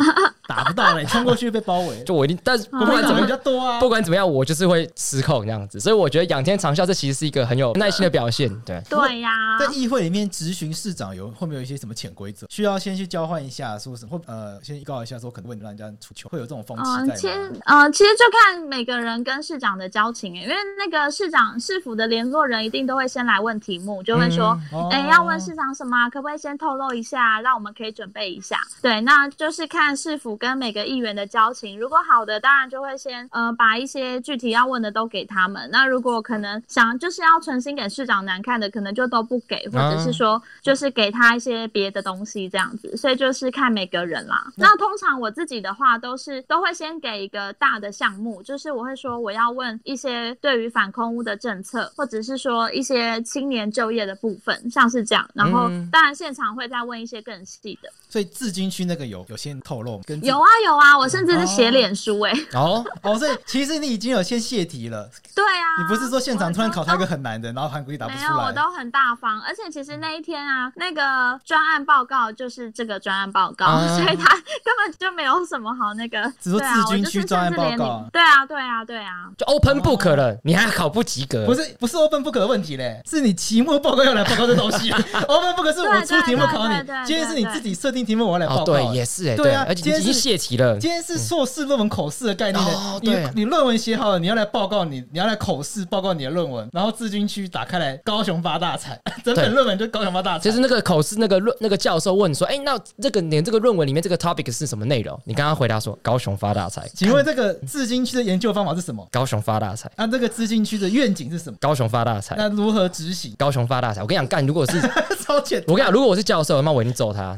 C: 打 不到嘞，冲过去被包围，
A: 就我一定，但是不
C: 不会
A: 管怎
C: 怎么
A: 么
C: 比。较多啊？
A: 不管怎么样，我就是会失控这样子，所以我觉得仰天长啸这其实是一个很有耐心的表现。对，
B: 对呀、
C: 在议会里面质询市长有会不会有一些什么潜规则，需要先去交换一下，说什么或呃先预告一下说可能会让人家出糗，会有这种风
B: 嗯，
C: 气
B: 其
C: 在
B: 实
C: 吗？
B: 嗯、其实就看每个人跟市长的交情欸，因为那个市长市府的联络人一定都会先来问题目，就会说，哎、
C: 嗯
B: 要问市长什么啊、可不可以先透露一下，啊让我们可以准备一下。对，那就是看市府跟每个议员的交情，如果好的，当然就会先呃把一些具体要问的都给他们。那如果可能想就是要存心给市长难看的，可能就都不给，或者
C: 啊
B: 是说就是给他一些别的东西这样子，所以就是看每个人啦。那通常我自己的话都是都会先给一个大的项目，就是我会说我要问一些对于反空屋的政策，或者是说一些青年就业的部分，像是这样。然后
A: 嗯
B: 当然现场会再问一些更细的。
C: 所以自军区那个有有先透露吗跟自
B: 有啊有啊，我甚至是写脸书哎、
A: 哦，
C: 哦，所以其实你已经有先泄题了，
B: 对啊，
C: 你不是说现场突然考他一
B: 我
C: 个很难的，然后韩国语答不
B: 没
C: 出
B: 有，我
C: 来。嗯
B: 都很大方，而且其实那一天啊，那个专案报告就是这个专案报告，
A: 啊
B: 所以他根本就没有什么好那个。
C: 只说
B: 对啊
C: 自军区专案报告
B: 我就是甚至连你对啊，对啊，对啊。
A: 就 open book 了，你还考不及格？
C: 不是不是 open book 的问题嘞，是你期末报告要来报告这东西。open book 是我出题目考你
B: 对对对对，
C: 今天是你自己设定题目我要来
A: 哦
C: 报，告
A: 对
C: 欸。，
A: 也是哎，
C: 对
A: 对，
C: 啊
A: 而且
C: 今
A: 你
C: 天
A: 已
C: 是
A: 经泄题了，
C: 今天是硕士论文口试的概念的，
A: 嗯哦
C: 你
A: 对
C: 你论文写好了，你要来报告你，你要来口试报告你的论文，然后自军区打开来，高雄发大财， 整
A: 对
C: 本论文就高雄发大财。
A: 就是那个口试那个论那个教授问说，哎，那这个你这个论文里面这个 topic 是什么内容？你刚刚回答说高雄发大财，
C: 请问这个自军区的研究方法是什么？
A: 高雄发大财，
C: 那这个自军区的愿景是什么？
A: 高雄发大财，
C: 那如何执行？
A: 高雄发大财。我跟你讲，干，如果是
C: 超简单，
A: 我跟你讲，如果我是教授，那我一定揍他。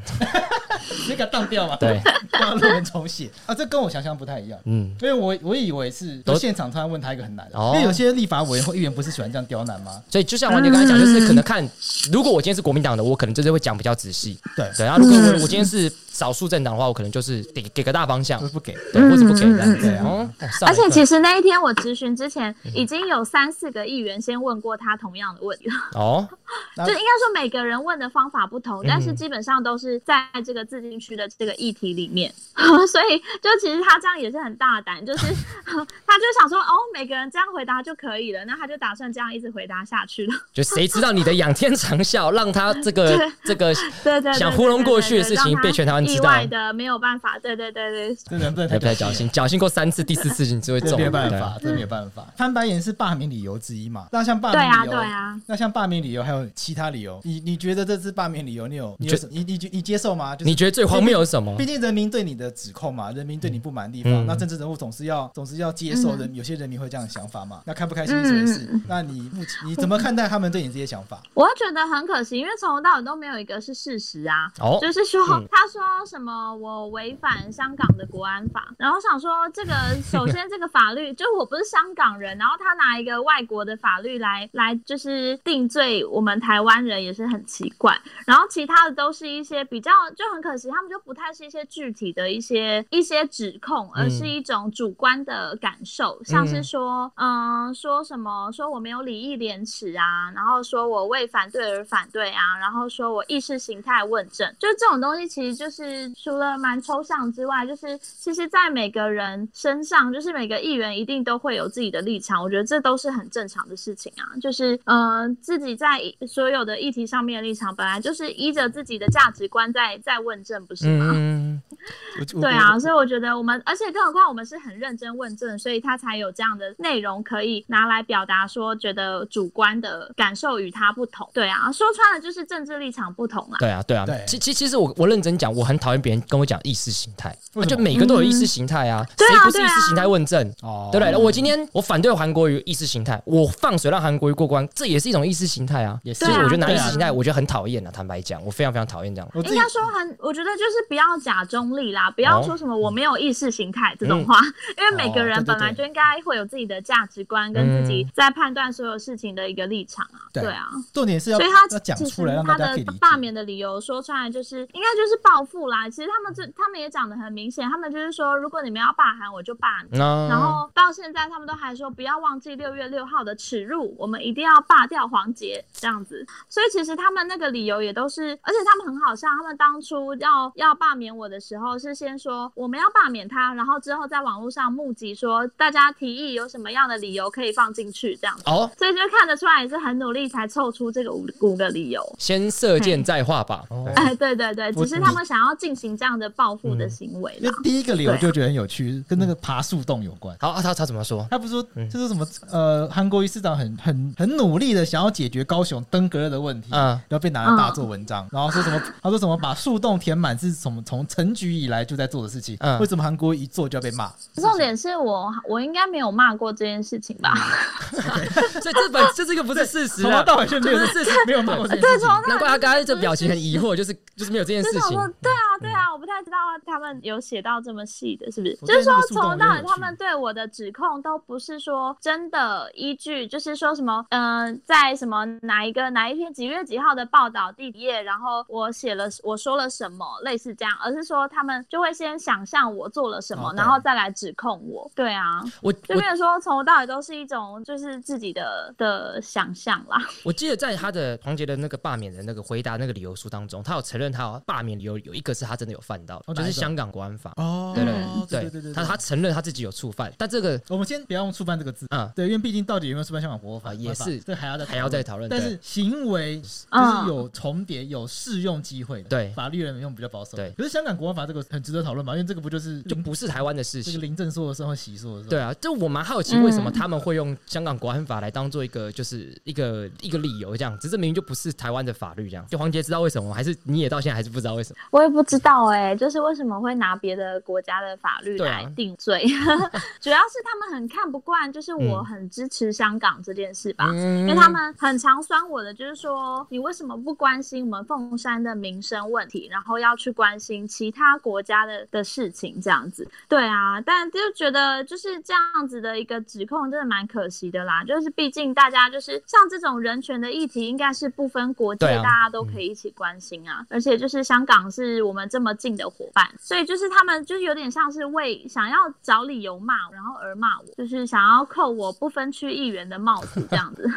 C: 直接给它当掉嘛。
A: 对，
C: 让论文重写啊，这跟我想象不太一样。
A: 嗯，
C: 因为我我以为是
A: 都
C: 现场突然问他一个很难的，
A: 哦
C: 因为有些立法委员或议员不是喜欢这样刁难吗？
A: 所以就像王杰刚才讲，就是可能看，如果我今天是国民党的，我可能就是会讲比较仔细。
C: 对
A: 对，然后如果
C: 嗯
A: 我我今天是少数政党的话，我可能就是给给个大方向
C: 都，不给。
A: 对，或者不给这样子。
C: 嗯
A: 哦，上了
B: 而
A: 一
B: 且
A: 课
B: 啊其实那一天我咨询之前，已经有三四个议员先问过他同样的问题了，
A: 哦，
C: 那
B: 就应该说每个人问的方法不同，但是
A: 嗯
B: 基本上都是在这个自治区的这个议题里面， 所以就其实他这样也是很大胆，就是 他就想说哦，每个人这样回答就可以了，那他就打算这样一直回答下去了。
A: 就谁知道你的仰天长啸，让他这个这个
B: 对对对，
A: 想糊弄过去的事情
B: 对对对
A: 被全台湾知道
B: 让他意外的没有办法，对对对对，
C: 这人不能
A: 还
C: 太
A: 不太侥幸，侥幸过三次，第四次你就会
C: 这
A: 中。
C: 没办
A: 对
C: 法，这没办法。嗯翻白眼是罢免理由之一嘛？那像罢
B: 对
C: 免
B: 啊
C: 理由，
B: 对
A: 哦
B: 啊。
C: 那像罢免理由还有其他理由，你你觉得这次罢免理由你有你
A: 觉
C: 有什你你你接受吗？就是
A: 你觉得最荒谬的是什么
C: 毕？竟人民对你的指控嘛，人民对你不满的地
A: 嗯
C: 方，那政治人物总是要总是要接
B: 嗯
C: 受人，有些人民会这样的想法嘛。那开不开心是回事，那你目前你怎么看待他们对你这些想法？
B: 我会觉得很可惜，因为从头到尾都没有一个是事实啊。
A: 哦
B: 就是说，
A: 嗯
B: 他说什么我违反香港的国安法，然后想说这个首先这个法律 就我不是香港人，然后他拿一个外国的法律来来就是定罪我们台湾人也是很奇怪，然后其他的都是一些比较就很可惜，他们就不太是一些具体的一些一些指控，而
A: 嗯
B: 是一种主观的感受，像是说嗯、说什么说我没有礼义廉耻啊，然后说我为反对而反对啊，然后说我意识形态问政，就这种东西其实就是除了蛮抽象之外，就是其实在每个人身上，就是每个议员一定都会有自己的立场，我觉得这都是很正常的事情啊，就是嗯、呃自己在所有的议题上面的立场，本来就是依着自己的价值观在在问政，不是吗？
A: 嗯，
D: 我
B: 对啊，，所以我觉得我们，而且更何况我们是很认真问政，所以他才有这样的内容可以拿来表达说，觉得主观的感受与他不同。对啊，说穿了就是政治立场不同啦。
A: 对啊，对啊
D: 对。
A: 其其其实我我认真讲，我很讨厌别人跟我讲意识形态，啊
D: 为什么
A: 就每个都有意识形态啊，谁
B: 对啊
A: 不是意识形态问政？
D: 哦
A: 对不对？我今天我反对韩国瑜意识形态，我放水让韩国瑜过关，这也是一种意识形态啊。
C: 也是
A: 所以我觉得拿
B: 对
A: 意
B: 啊
A: 识形态，我觉得很讨厌啊。坦白讲，我非常非常讨厌这样。
D: 我自
B: 应
D: 己哦
B: 该说很，我觉得就是不要假中立啦，不要说什么我没有意识形态这种话， 因为每个
D: 哦对
B: 人
D: 对
B: 本来
D: 对
B: 就应该会有自己的价值观跟自己在判断所有事情的一个立场啊。
D: 对
B: 对啊，
D: 重点是要
B: 所以他
D: 要讲
B: 其
D: 出
B: 实
D: 来，让
B: 他
D: 大家
B: 的
D: 可以理解。
B: 罢免的理由说出来，就是应该就是报复啦。其实他们这他们也讲的很明显，他们就是说，如果你们要罢韩，我就罢
D: 嗯
B: 你。
A: 那
B: 然后到现在，他们都还说不要忘记六月六号的耻辱，我们一定要罢掉黄杰这样子。所以其实他们那个理由也都是，而且他们很好笑，他们当初要要罢免我的时候，是先说我们要罢免他，然后之后在网络上募集说大家提议有什么样的理由可以放进去这样子。
A: 哦，
B: 所以就看得出来也是很努力才凑出这个五五个理由。
A: 先射箭再画吧。对
B: 哎，对对对，
D: 我
B: 只是他们想要进行这样的报复的行为
C: 因
B: 啦
C: 为。第一个理由就觉得很有趣，跟那个爬树洞有关。
A: 好，啊他他怎么说？
C: 他不是说，就是什么呃，韩国瑜市长很很很努力的想要解决高雄登革热的问题，
A: 嗯
C: 然后被拿来大做文
A: 啊
C: 章，然后说什么，他说什么把树洞填满是什么从成局以来就在做的事情，
A: 嗯
C: 为什么韩国瑜一做就要被骂？
B: 重点是我我应该没有骂过这件事情吧？
A: 所以这本这这个不是事实
C: 从头
A: 啊。
C: 到尾就没有事情，没有骂过这件
B: 对，
C: 事
B: 从
C: 情。
A: 难怪他刚才这表情很疑惑，就是就是没有这件
B: 就
A: 事
B: 是我
A: 情
B: 说，
C: 嗯
B: 对啊，对啊，我不太知道他们有写到这么细的，是不是？
C: 我
B: 就是
C: 对那
B: 说
C: 个树洞
B: 从头到尾
C: 也有
B: 他们对我的指控都不是说真的依据，就是说什么，嗯、在什么哪一个哪一篇几月几号的报道第几页，然后我写了我说了什么，类似这样，而是说他们就会先想象我做了什么，
C: 哦对
B: 然后再来指控我。对啊，
A: 我
B: 就
A: 我
B: 变成说从头到尾都是一种就是自己的的想象啦。
A: 我记得在他的黄杰的那个罢免的那个回答那个理由书当中，他有承认他有罢免理由有一个是他真的有犯到，
C: 哦
A: 就
C: 哪
A: 是
C: 一个
A: 香港国安法。
C: 哦
A: 对对
C: 对对对，
A: 他他承认他自己有触犯，但这个
C: 我们先不要用“触犯”这个字，
A: 嗯
C: 对，因为毕竟到底有没有触犯香港国安法
A: 啊也是
C: 这还要再
A: 还要再讨论
C: 但
A: 对
C: 是行为就是
A: 啊
B: 嗯
C: 有重叠、有适用机会的，
A: 对
C: 法律人用比较保守，
A: 对
C: 可是香港国安法这个很值得讨论嘛，因为这个不就是
A: 就不是台湾的事
C: 嗯这个嗯
A: 情。
C: 林正硕的时候、喜硕的时候，
A: 对啊，就我蛮好奇为什么他们会用香港国安法来当做一个就是一个一个理由这样，只是明明就不是台湾的法律这样。就黄杰知道为什么吗，还是你也到现在还是不知道为什么？
B: 我也不知道哎、就是为什么会拿别的国家的法律
A: 对啊
B: 来定罪， 主要是他们很看不惯，就是我
A: 嗯
B: 很支持香港这件事吧。
A: 嗯
B: 因为他们很常酸我的，就是说你为什么不关心我们凤山的民生问题，然后要去关心其他国家的的事情，这样子。对啊，但就觉得就是这样子的一个指控，真的蛮可惜的啦。就是毕竟大家就是像这种人权的议题，应该是不分国界，
A: 对啊
B: 大家都可以一起关心啊。而且就是香港是我们这么近的伙伴，所以就是他们就是有点像是为想要找理由骂我，然后而骂我，就是想要扣我不分区议员的帽子这样子。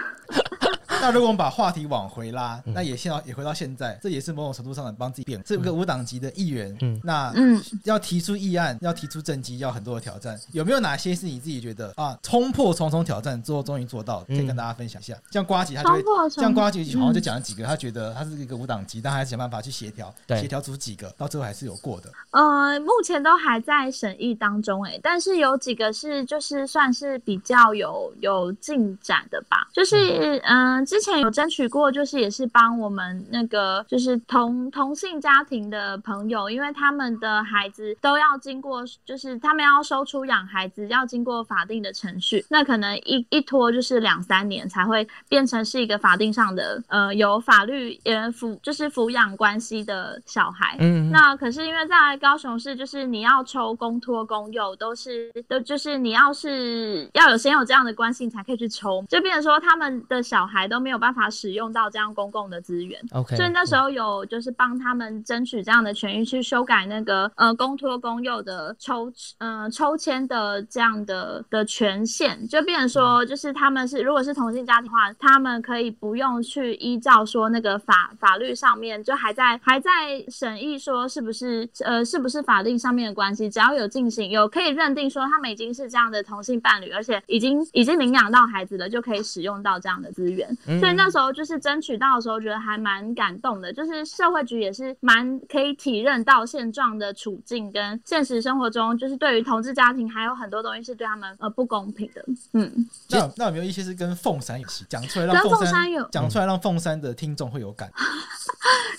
D: 那如果我们把话题往回拉，
A: 嗯
D: 那也现到也回到现在，这也是某种程度上的帮自己辩护。这个无党籍的议员，
A: 嗯
D: 那
B: 嗯
D: 要提出议案，要提出政绩，要很多的挑战。有没有哪些是你自己觉得啊，冲破重重挑战之后终于做到，可以
A: 嗯
D: 跟大家分享一下？像瓜吉他就会
B: 冲破重
D: 像瓜吉好像就讲了几个，他觉得他是一个无党籍，但他还是想办法去协调，
A: 对
D: 协调出几
C: 嗯
D: 个，到最后还是有过的。
B: 呃，目前都还在审议当中、欸，但是有几个是就是算是比较有有进展的吧，就是嗯、呃之前有争取过，就是也是帮我们那个就是同同性家庭的朋友，因为他们的孩子都要经过，就是他们要收出养孩子，要经过法定的程序，那可能一一拖就是两三年才会变成是一个法定上的呃有法律呃抚就是抚养关系的小孩。
A: 嗯，
B: 那可是因为在高雄市，就是你要抽公托公幼都是都就是你要是要有先有这样的关系，你才可以去抽，就变成说他们的小孩都没有办法使用到这样公共的资源。
A: OK，嗯
B: 所以那时候有就是帮他们争取这样的权益，去修改那个呃公托公幼的抽呃抽签的这样的的权限，就变成说就是他们是如果是同性家庭的话，他们可以不用去依照说那个法法律上面就还在还在审议说是不是呃是不是法律上面的关系，只要有进行有可以认定说他们已经是这样的同性伴侣，而且已经已经领养到孩子了，就可以使用到这样的资源。
A: 嗯
B: 所以那时候就是争取到的时候，觉得还蛮感动的。就是社会局也是蛮可以体认到现状的处境，跟现实生活中，就是对于同志家庭还有很多东西是对他们呃不公平的。嗯，
D: 那有那有没有一些是跟凤山有关系？讲出来让
B: 跟
D: 凤
B: 凤山有
D: 讲出来让凤山的听众会有感。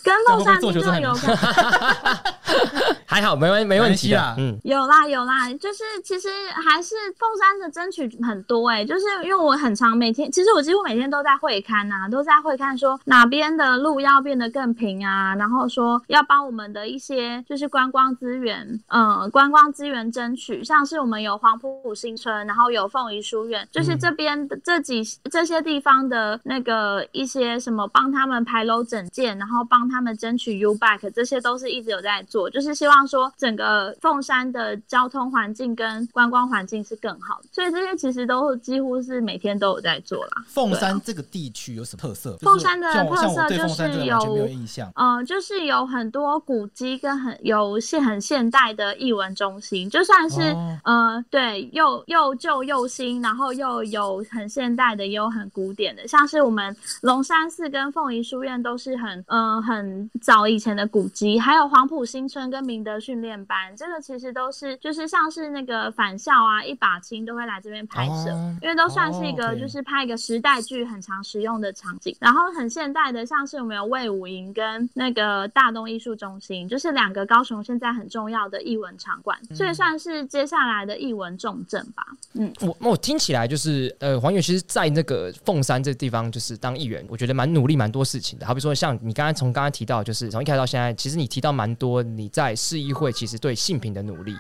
B: 跟
D: 样
B: 凤
D: 会不会
B: 山
D: 做
B: 听
D: 球
B: 众
D: 真的
B: 有
D: 很
B: 关
A: 还好，没问没问题
D: 没关系
A: 的
D: 啦，
A: 嗯，
B: 有啦有啦，就是其实还是凤山的争取很多哎、就是因为我很常每天，其实我几乎每天都在会刊呐、都在会刊说哪边的路要变得更平啊，然后说要帮我们的一些就是观光资源，嗯，观光资源争取，像是我们有黄埔新村，然后有凤仪书院，就是这边的这几这些地方的那个一些什么帮他们排楼整建，然后帮他们争取 U Bike，这些都是一直有在做，就是希望说整个凤山的交通环境跟观光环境是更好的，所以这些其实都几乎是每天都有在做啦。
A: 啊
D: 凤山这个地区有什么特色？就是
B: 凤山的
D: 像我像我
B: 特色
D: 对
B: 就
D: 凤山
B: 是
D: 真的完全没有
B: 有
D: 印象。
B: 嗯，就是有很多古迹跟很有现很现代的艺文中心，就算是、
D: 哦
B: 呃对又又旧又新，然后又有很现代的，也有很古典的，像是我们龙山寺跟凤仪书院都是很嗯、呃很早以前的古迹，还有黄埔新村跟明德训练班，这个其实都是就是像是那个返校啊，一把青都会来这边拍摄。
A: 哦
B: 因为都算是一
D: 哦
B: 个
D: ，OK
B: 就是拍一个时代剧很常使用的场景，然后很现代的，像是我们有魏武营跟那个大东艺术中心，就是两个高雄现在很重要的艺文场馆，
C: 嗯
B: 所以算是接下来的艺文重镇吧。
A: 我我听起来就是，呃，黄远其实，在那个凤山这地方，就是当议员，我觉得蛮努力蛮多事情的。好比说，像你刚才从刚刚提到，就是从一开始到现在，其实你提到蛮多你在市议会其实对性平的努力。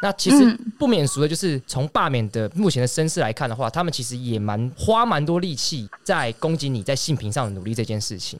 A: 那其实不免俗的，就是从罢免的目前的声势来看的话，他们其实也蛮花蛮多力气在攻击你在性平上的努力这件事情。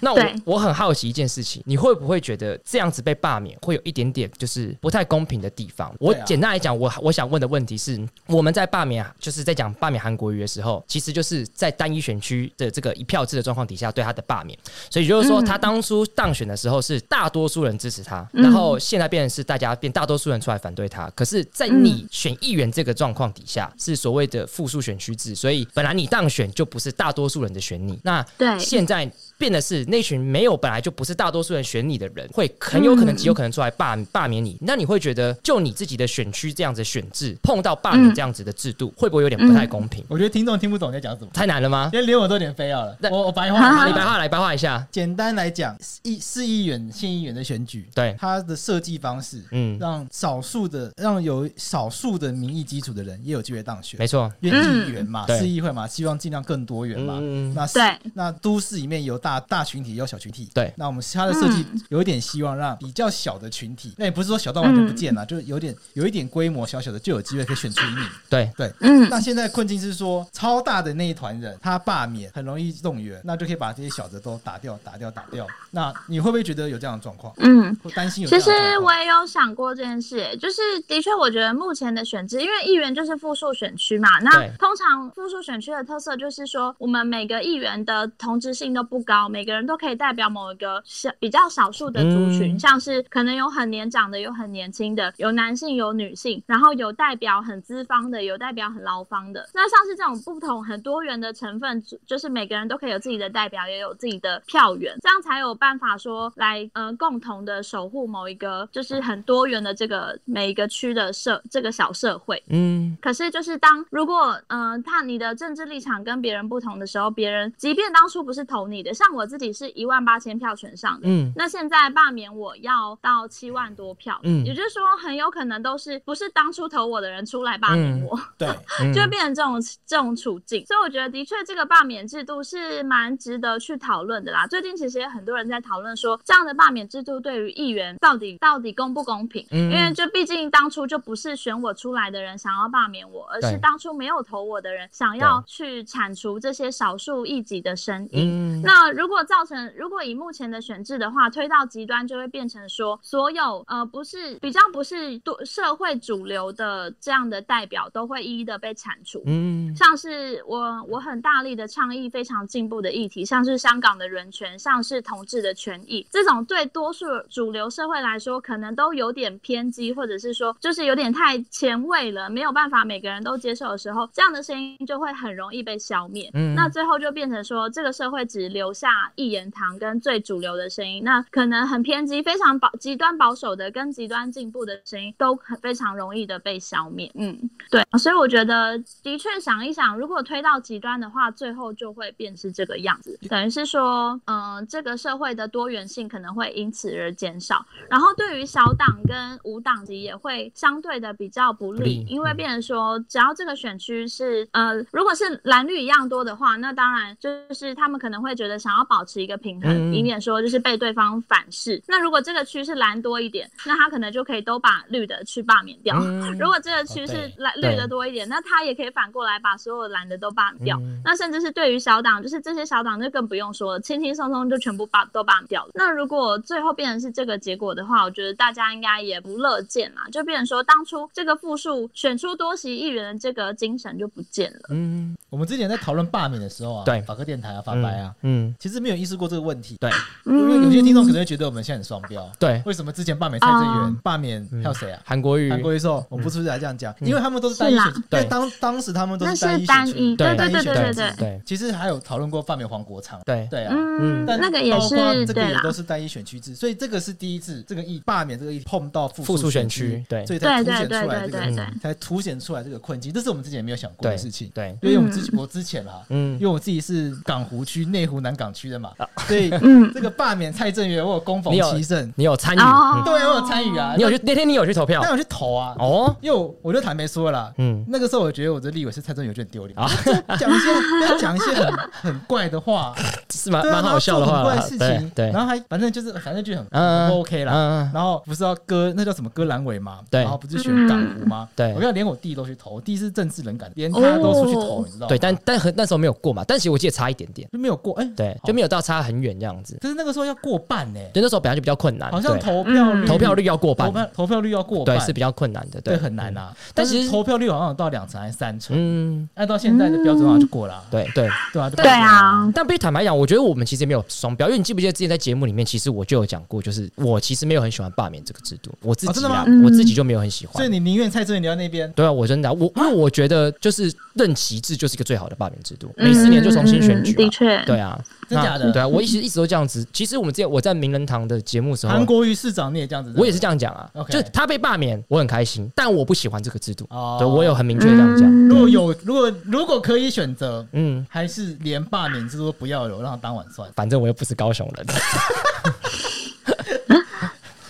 A: 那我
B: 对
A: 我很好奇一件事情，你会不会觉得这样子被罢免会有一点点就是不太公平的地方？我
D: 对啊
A: 简单来讲，我我想问的问题是，我们在罢免啊就是在讲罢免韩国瑜的时候，其实就是在单一选区的这个一票制的状况底下对他的罢免，所以也就是说，
B: 嗯
A: 他当初当选的时候是大多数人支持他，
B: 嗯
A: 然后现在变成是大家变大多数人出来反对他。可是，在
B: 嗯
A: 你选议员这个状况底下，是所谓的复数选区制，所以本来你当选就不是大多数人的选你，那
B: 对
A: 现在变的是那群没有本来就不是大多数人选你的人，会很有可能
B: 嗯
A: 极有可能出来罢罢免你。那你会觉得，就你自己的选区这样子选制，碰到罢免
B: 嗯
A: 这样子的制度，会不会有点不太公平？
C: 我觉得听众听不懂你在讲 什么，
A: 太难了吗？
C: 因为连我都有点飞要了
A: 那。
C: 我 我白话，
A: 你白话来白话一下，
C: 简单来讲，市议市议员、县议员的选举，
A: 对
C: 它的设计方式，
A: 嗯
C: 让少数的让有少数的民意基础的人也有机会当选
A: 没。错，
C: 因为议员嘛，
A: 对
C: 市议会嘛，希望尽量更多元嘛。
A: 嗯
C: 那是
B: 对
C: 那都市里面有大大群体，也有小群体。
A: 对
C: 那我们它的设计
B: 嗯
C: 有一点希望让比较小的群体，那也不是说小到完全不见
B: 嗯
C: 了，就是有点有一点规模小小的就有机会可以选出你。
A: 对，
C: 对，
B: 嗯
C: 那现在困境是说，超大的那一团人他罢免很容易动员，那就可以把这些小的都打掉、打掉、打掉。那你会不会觉得有这样的状况？
B: 嗯。
C: 会担心有这
B: 其
C: 样
B: 实
C: 的状
B: 我
C: 况？
B: 也有想过这件事、就是的确，我觉得目前的选制，因为议员就是复数选区嘛，那
A: 对
B: 通常复数选区的特色就是说，我们每个议员的同质性都不高，高，每个人都可以代表某一个小比较少数的族群，
A: 嗯
B: 像是可能有很年长的，有很年轻的，有男性有女性，然后有代表很资方的，有代表很劳方的。那像是这种不同很多元的成分，就是每个人都可以有自己的代表，也有自己的票源，这样才有办法说来呃共同的守护某一个就是很多元的这个每一个区的社这个小社会。
A: 嗯，
B: 可是，就是当如果嗯、呃他你的政治立场跟别人不同的时候，别人即便当初不是投你的，像我自己是一万八千票选上的，
A: 嗯
B: 那现在罢免我要到七万多票，
A: 嗯
B: 也就是说很有可能都是不是当初投我的人出来罢免
A: 嗯
B: 我，
D: 对，
A: 嗯
B: 就会变成这种这种处境。所以我觉得，的确这个罢免制度是蛮值得去讨论的啦。最近其实也很多人在讨论说，这样的罢免制度对于议员到底到底公不公平？
A: 嗯
B: 因为就毕竟当初就不是选我出来的人想要罢免我，而
A: 对
B: 是当初没有投我的人想要去铲除这些少数异己的声音。
A: 嗯
B: 那如果造成，如果以目前的选制的话，推到极端就会变成说，所有呃不是比较不是多社会主流的这样的代表都会一一的被铲除。
A: 嗯
B: 像是我我很大力的倡议非常进步的议题，像是香港的人权，像是同志的权益，这种对多数主流社会来说，可能都有点偏激，或者是说就是有点太前卫了，没有办法每个人都接受的时候，这样的声音就会很容易被消灭。
A: 嗯
B: 那最后就变成说，这个社会只留下一言堂跟最主流的声音，那可能很偏激、非常保极端保守的跟极端进步的声音都很非常容易的被消灭。嗯，对，所以我觉得的确想一想，如果推到极端的话，最后就会变是这个样子，等于是说，嗯、这个社会的多元性可能会因此而减少，然后对于小党跟无党籍也会相对的比较不
A: 不利
B: 利，因为
A: 嗯
B: 变成说，只要这个选区是呃，如果是蓝绿一样多的话，那当然就是他们可能会觉得想要保持一个平衡，
A: 嗯
B: 以免说就是被对方反噬。那如果这个区是蓝多一点，那他可能就可以都把绿的去罢免掉。
A: 嗯
B: 如果这个区
A: 哦
B: 是
A: 对
B: 蓝绿
A: 对
B: 的多一点，那他也可以反过来把所有蓝的都罢掉。
A: 嗯
B: 那甚至是对于小党，就是这些小党就更不用说了，轻轻松松就全部罢都罢掉了。那如果最后变成是这个结果的话，我觉得大家应该也不乐见啦，就变成说当初这个复数选出多席议员的这个精神就不见了。
A: 嗯
C: 我们之前在讨论罢免的时候啊，
A: 对
C: 法科电台啊，法白啊，
A: 嗯
C: 其实没有意识过这个问题。
A: 对
C: 因为有
B: 嗯
C: 些听众可能会觉得我们现在很双标。
A: 对，
C: 为什么之前罢免蔡正元，罢免
A: 嗯
C: 还有谁啊？
A: 韩国瑜
C: 韩国瑜
A: 嗯
C: 说，我们不是来这样讲，因为他们都是单一
B: 是啦
C: 选区，但
A: 对
C: 当当时他们都
B: 那
C: 单
B: 是
C: 一
B: 单
C: 选
B: 一，
C: 区。
A: 对
B: 对对对
C: 选
B: 对
C: 区
B: 对
A: 对
C: 其实还有讨论过罢免黄国昌，
A: 对
C: 对啊，
B: 嗯，
C: 但
B: 那个也
C: 包括
B: 是
C: 这个
B: 对
C: 也
B: 啦
C: 都，是单一选区制，所以这个是第一次，这个议罢免这个议碰到复
A: 复
C: 数
A: 数选
C: 区
A: 区，对
C: 所以才凸
B: 对
C: 显
B: 对
C: 出来
B: 对
C: 这
B: 对
C: 个，
B: 对
C: 才凸显出来这个困境，这是我们之前没有想过的
A: 对
C: 事情。
A: 对，
C: 因为我们之前我之前啦，因
A: 嗯啊
C: 为我自己是港湖区内湖南港区的嘛，所以
B: 嗯
C: 这个罢免蔡正元，我有攻防
A: 你有
C: 其胜，
A: 你有参与，
B: 哦
A: 嗯
C: 对我有参与啊，
A: 你有去那天你有去投票
C: 但我去投啊，
A: 哦，
C: 因为我我就坦白说了啦，
A: 嗯啊
C: 那个时候我觉得我的立委是蔡正元有点丢脸，就讲一些要讲一些很很怪的 话，
A: 是蛮
C: 对啊，
A: 蛮好笑的
C: 然后
A: 话
C: 做很
A: 啦
C: 怪的事，
A: 对
C: 情，
A: 对，
C: 然后还反正就是反正就很
A: 嗯
C: 很不 OK 啦。
A: 嗯嗯
C: 然后不是要割那叫什么割阑尾嘛，
A: 对嗯
C: 然后不是选港湖吗？
A: 对
C: 我跟你讲连我弟都去投，我弟是政治冷感，连他都出去投，
B: 哦
C: 你知道吗？
A: 对，但但很那时候没有过嘛，但其实我记得差一点点，
C: 就没有过，哎，
A: 对，
C: 好
A: 就没有到差很远这样子，
C: 可是那个时候要过半呢，
A: 对，那时候本来就比较困难，
C: 好像
A: 对
C: 投票率
B: 嗯
A: 投票率要过
C: 投
A: 半，
C: 票投票率要过半，
A: 对，是比较困难的，
C: 对
A: 对，嗯
C: 很难啊。
A: 但
C: 但
A: 其实
C: 是投票率好像有到两成还是三成，
A: 嗯，
C: 按照现在的标准好像就过了啊，
A: 对对，
C: 对啊，就
B: 对啊，
A: 但必须坦白讲，我觉得我们其实也没有双标，因为你记不记得之前在节目里面，其实我就有讲过，就是我其实没有很喜欢罢免这个制度，我自己
C: 哦真的
A: 啦
C: 吗，
B: 嗯
A: 我自己就没有很喜欢。
C: 所以你宁愿蔡正元留在那边，
A: 对啊，我真的啊、我因为我觉得就是任期制就是一个最好的罢免制度，每四年就重新选举、
B: 嗯的
A: 啊。
B: 确，
A: 对啊，
C: 真
A: 那
C: 假的
A: 对啊，我一直一直都这样子。其实我们之前我在名人堂的节目时候，
C: 韩国瑜市长你也这样子，
A: 我也是这样讲啊
C: OK
A: 就他被罢免，我很开心，但我不喜欢这个制度。
C: 哦
A: 对，我有很明确地这样讲。
B: 嗯
C: 如果有，如果如果可以选择，
A: 嗯，
C: 还是连罢免制度都不要有，让他当晚算。
A: 反正我又不是高雄人。